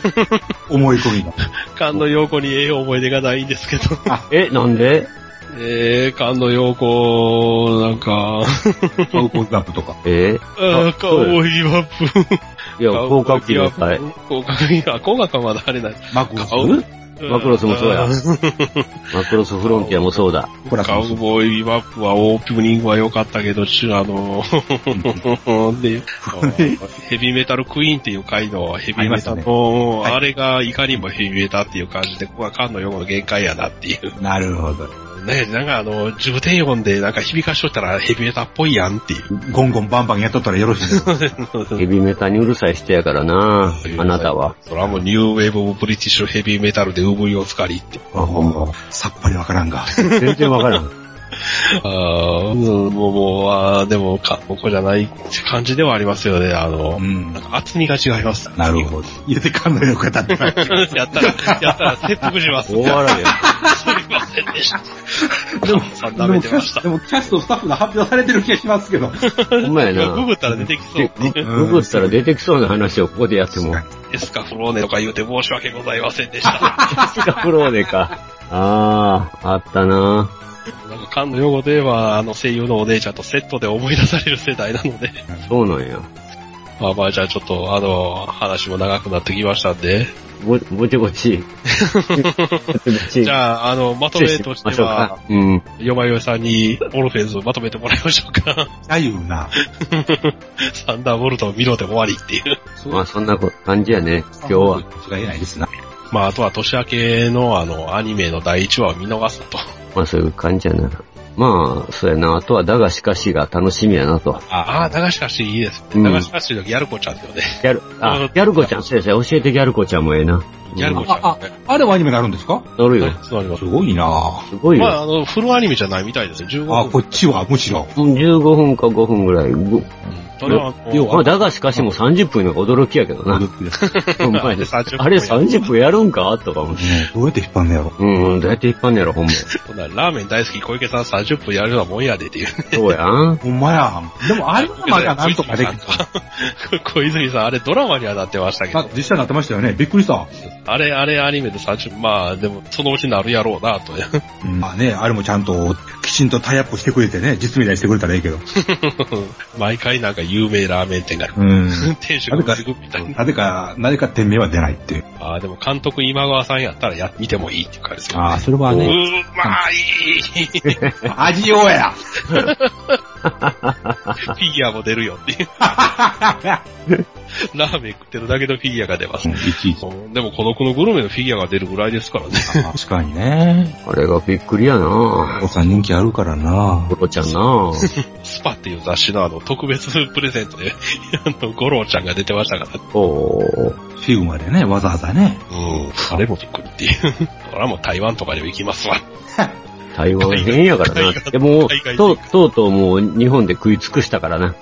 [SPEAKER 1] 思い込みが。
[SPEAKER 3] 菅野陽子にええ思い出がないんですけど。
[SPEAKER 4] え、なんで
[SPEAKER 3] えー、菅野陽子、なんか、
[SPEAKER 1] カウボーイビバップとか。
[SPEAKER 4] え
[SPEAKER 3] あー、か
[SPEAKER 4] そう
[SPEAKER 3] おいワップ。
[SPEAKER 4] いや、広角機動隊。
[SPEAKER 3] 広角機動隊。広角はまだあれない。
[SPEAKER 1] マク
[SPEAKER 3] 顔
[SPEAKER 4] マクロスもそうや。マクロスフロンティアもそうだ。
[SPEAKER 1] ほら、
[SPEAKER 3] カ
[SPEAKER 1] そう
[SPEAKER 3] ウボーイマップはオープニングは良かったけど、ちあ の、で、ヘビーメタルクイーンっていう回のヘビーメタルの、あれがいかにもヘビーメタっていう感じで、ここは缶の用語の限界やなっていう。
[SPEAKER 1] なるほど。
[SPEAKER 3] ねなんかあの、重点音でなんか響かしとったらヘビーメタっぽいやんっていう。
[SPEAKER 1] ゴンゴンバンバンやっとったらよろしいです。
[SPEAKER 4] ヘビメタにうるさい人やからなあなたは。
[SPEAKER 3] それはもうニューウェーブ・オブ・ブリティッシュ・ヘビーメタルで産みをつかりって。
[SPEAKER 1] あほんまさっぱりわからん が。
[SPEAKER 4] 全然わからん。
[SPEAKER 3] ああ、もう、もう、あーでも、か、ここじゃない感じではありますよね、あの
[SPEAKER 1] う、ん
[SPEAKER 3] なん。か厚みが違います。
[SPEAKER 1] なるほど。ゆでかんのよくやったってな
[SPEAKER 3] やったら、やったら、切腹します。す
[SPEAKER 4] 大 笑いや。
[SPEAKER 3] みませんでした。でも、さん舐めてました。
[SPEAKER 8] でも、キャストスタッフが発表されてる気がしますけど。
[SPEAKER 4] ほんまやな。
[SPEAKER 3] ググったら出てきそう
[SPEAKER 4] で。ググったら出てきそうな話をここでやっても。
[SPEAKER 3] エスカフローネとか言うて申し訳ございません でした。
[SPEAKER 4] スカフローネか。ああ、あったな
[SPEAKER 3] なんか、菅野用語で言えば、あの、声優のお姉ちゃんとセットで思い出される世代なの で。
[SPEAKER 4] そうなんや。
[SPEAKER 3] まあまあ、じゃあちょっと、あの、話も長くなってきましたんで。
[SPEAKER 4] ぼ、ぼち ぼち。ぼちぼち。
[SPEAKER 3] じゃあ、あの、まとめとしては、
[SPEAKER 4] 失礼しましょうか。
[SPEAKER 3] よまよいさんに、オルフェンズまとめてもらいましょうか。
[SPEAKER 1] あいうな。
[SPEAKER 3] サンダーボルトを見ろで終わりっていう。
[SPEAKER 4] うん。まあそんなこ感じやね。今日は。
[SPEAKER 1] 違いないですな。
[SPEAKER 3] まあ、あとは年明けのあの、アニメの第1話を見逃すなと。
[SPEAKER 4] まあそういう感じやな。まあ、そうやな。あとは、だがしかしが楽しみやなと。
[SPEAKER 3] ああ、流しかしいいです
[SPEAKER 4] う
[SPEAKER 3] ね。
[SPEAKER 4] ん
[SPEAKER 3] 流しかしのギャルコちゃんだよね。
[SPEAKER 4] ギャル、あ、ギャルコちゃん、そうやそうや教えてギャルコちゃんもええな。
[SPEAKER 3] ギャルコち
[SPEAKER 4] うん
[SPEAKER 3] ゃんね。
[SPEAKER 1] あれはアニメがあるんですか
[SPEAKER 4] 乗るよ。
[SPEAKER 3] そうなります
[SPEAKER 1] す。ごいな
[SPEAKER 4] すごい
[SPEAKER 3] ま
[SPEAKER 4] よ。
[SPEAKER 3] あ、あの、フルアニメじゃないみたいですね。15分。
[SPEAKER 1] あ、こっちはむしろ。
[SPEAKER 4] うん15分か5分ぐらい。ご
[SPEAKER 3] それは、
[SPEAKER 4] 要はまあ、だがしかしも30分の驚きやけどな。うんまい ね
[SPEAKER 3] 30分
[SPEAKER 4] あれ30分や るんかとかも。
[SPEAKER 1] ねどうやって引っ張んのやろ。
[SPEAKER 4] うん、どうやって引っ張んねやろ、ほんま。
[SPEAKER 3] そんなラーメン大好き小池さん30分やるようなもんやでっていう。
[SPEAKER 4] そうやん。
[SPEAKER 1] ほんまや。でもあれはまだなんとかできる。
[SPEAKER 3] 小泉さん、あれドラマにはなってましたけ
[SPEAKER 1] あ
[SPEAKER 3] ど、、
[SPEAKER 1] 実際なってましたよね。びっくりした。
[SPEAKER 3] あれ、あれアニメで30分、まあ、でも、そのうちなるやろうな、と。
[SPEAKER 1] うんまあね、あれもちゃんと、きちんとタイアップしてくれてね、実みたいにしてくれたらいいけど。
[SPEAKER 3] 毎回なんか有名ラーメン店がある。
[SPEAKER 1] うん。
[SPEAKER 3] 店主がすぐみたいな。
[SPEAKER 1] なぜか、なぜか店名は出ないっていう。
[SPEAKER 3] ああ、でも監督今川さんやったらや、見てもいいっていう感じですけど。
[SPEAKER 1] ああ、それは
[SPEAKER 3] う
[SPEAKER 1] ね、
[SPEAKER 3] ーまい
[SPEAKER 1] 味をや
[SPEAKER 3] フィギュアも出るよって いう。ラーメン食ってるだけのフィギュアが出ます
[SPEAKER 1] うん。いちいち。
[SPEAKER 3] でも、孤独のグルメのフィギュアが出るぐらいですからね。
[SPEAKER 1] 確かにね。
[SPEAKER 4] あれがびっくりやな
[SPEAKER 1] おさん人気あるからな
[SPEAKER 4] ゴロちゃん な
[SPEAKER 3] スパっていう雑誌のあの、特別プレゼントで、 あの、ゴロちゃんが出てましたから。
[SPEAKER 4] おー。
[SPEAKER 1] フィグまでね、わざわざね。
[SPEAKER 3] うん。あれもびっくりっていう。 そらもう台湾とかにも行きますわ。
[SPEAKER 4] 台湾編やから
[SPEAKER 3] 海
[SPEAKER 4] な。
[SPEAKER 3] 外
[SPEAKER 4] でも
[SPEAKER 3] 海外、
[SPEAKER 4] とう、とうとうもう日本で食い尽くしたからな。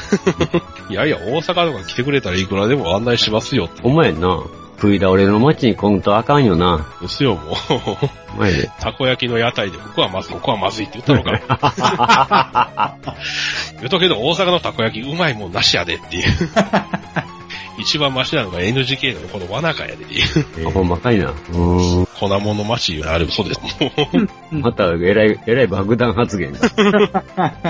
[SPEAKER 3] いやいや、大阪とか来てくれたらいくらでも案内しますよって。
[SPEAKER 4] ほんまやんな。食い倒れの街に来んとあかんよな。
[SPEAKER 3] ですよ、もう。
[SPEAKER 4] ほんまやで。
[SPEAKER 3] たこ焼きの屋台で、僕はまず、僕はまずいって言ったのか。言うとくけど、大阪のたこ焼きうまいもんなしやでっていう。一番マシなのが NGK のこの罠かやでっていう。
[SPEAKER 4] あ、ほんまかいな。うー
[SPEAKER 3] 粉もんの街、あれそうです。
[SPEAKER 4] ん。また、えらい、えらい爆弾発言が。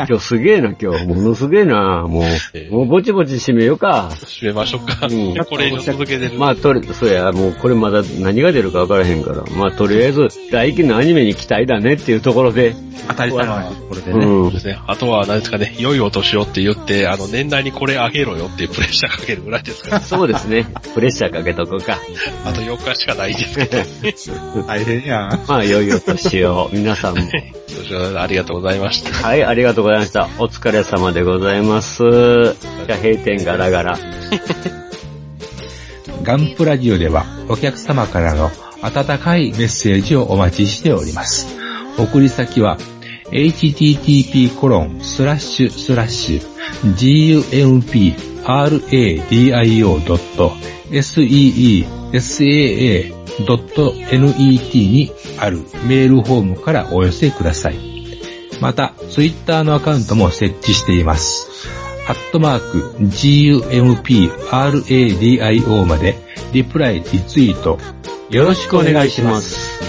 [SPEAKER 4] 今日すげえな、今日。ものすげえな。も
[SPEAKER 3] え
[SPEAKER 4] う、もうぼちぼち締めようか。
[SPEAKER 3] 閉めましょうか。
[SPEAKER 4] うん
[SPEAKER 3] これ以上続けてる。
[SPEAKER 4] まあ、とり、そうや、もうこれまだ何が出るか分からへんから。まあ、とりあえず、来期のアニメに期待だねっていうところで。
[SPEAKER 1] 当たり前のこれでね。
[SPEAKER 4] う
[SPEAKER 3] そうんで。すね。あとは、何ですかね、良いお年をって言って、あの、年代にこれあげろよっていうプレッシャーかけるぐらいですから、
[SPEAKER 4] そうですね。プレッシャーかけとこうか。
[SPEAKER 3] あと4日しかないんですけど、
[SPEAKER 1] 大変やん。
[SPEAKER 4] まあ、良いお年を。皆さんも。
[SPEAKER 3] ご視聴ありがとうございました。
[SPEAKER 4] はい、ありがとうございました。お疲れ様でございます。じゃあ、閉店ガラガラ。
[SPEAKER 2] ガンプラジオではお客様からの温かいメッセージをお待ちしております。送り先は http://gumpradio.seesaa.net にあるメールフォームからお寄せください。また、ツイッターのアカウントも設置しています。アットマーク、GUMPRADIO まで、リプライ、リツイート、よろしくお願いします。
[SPEAKER 4] す。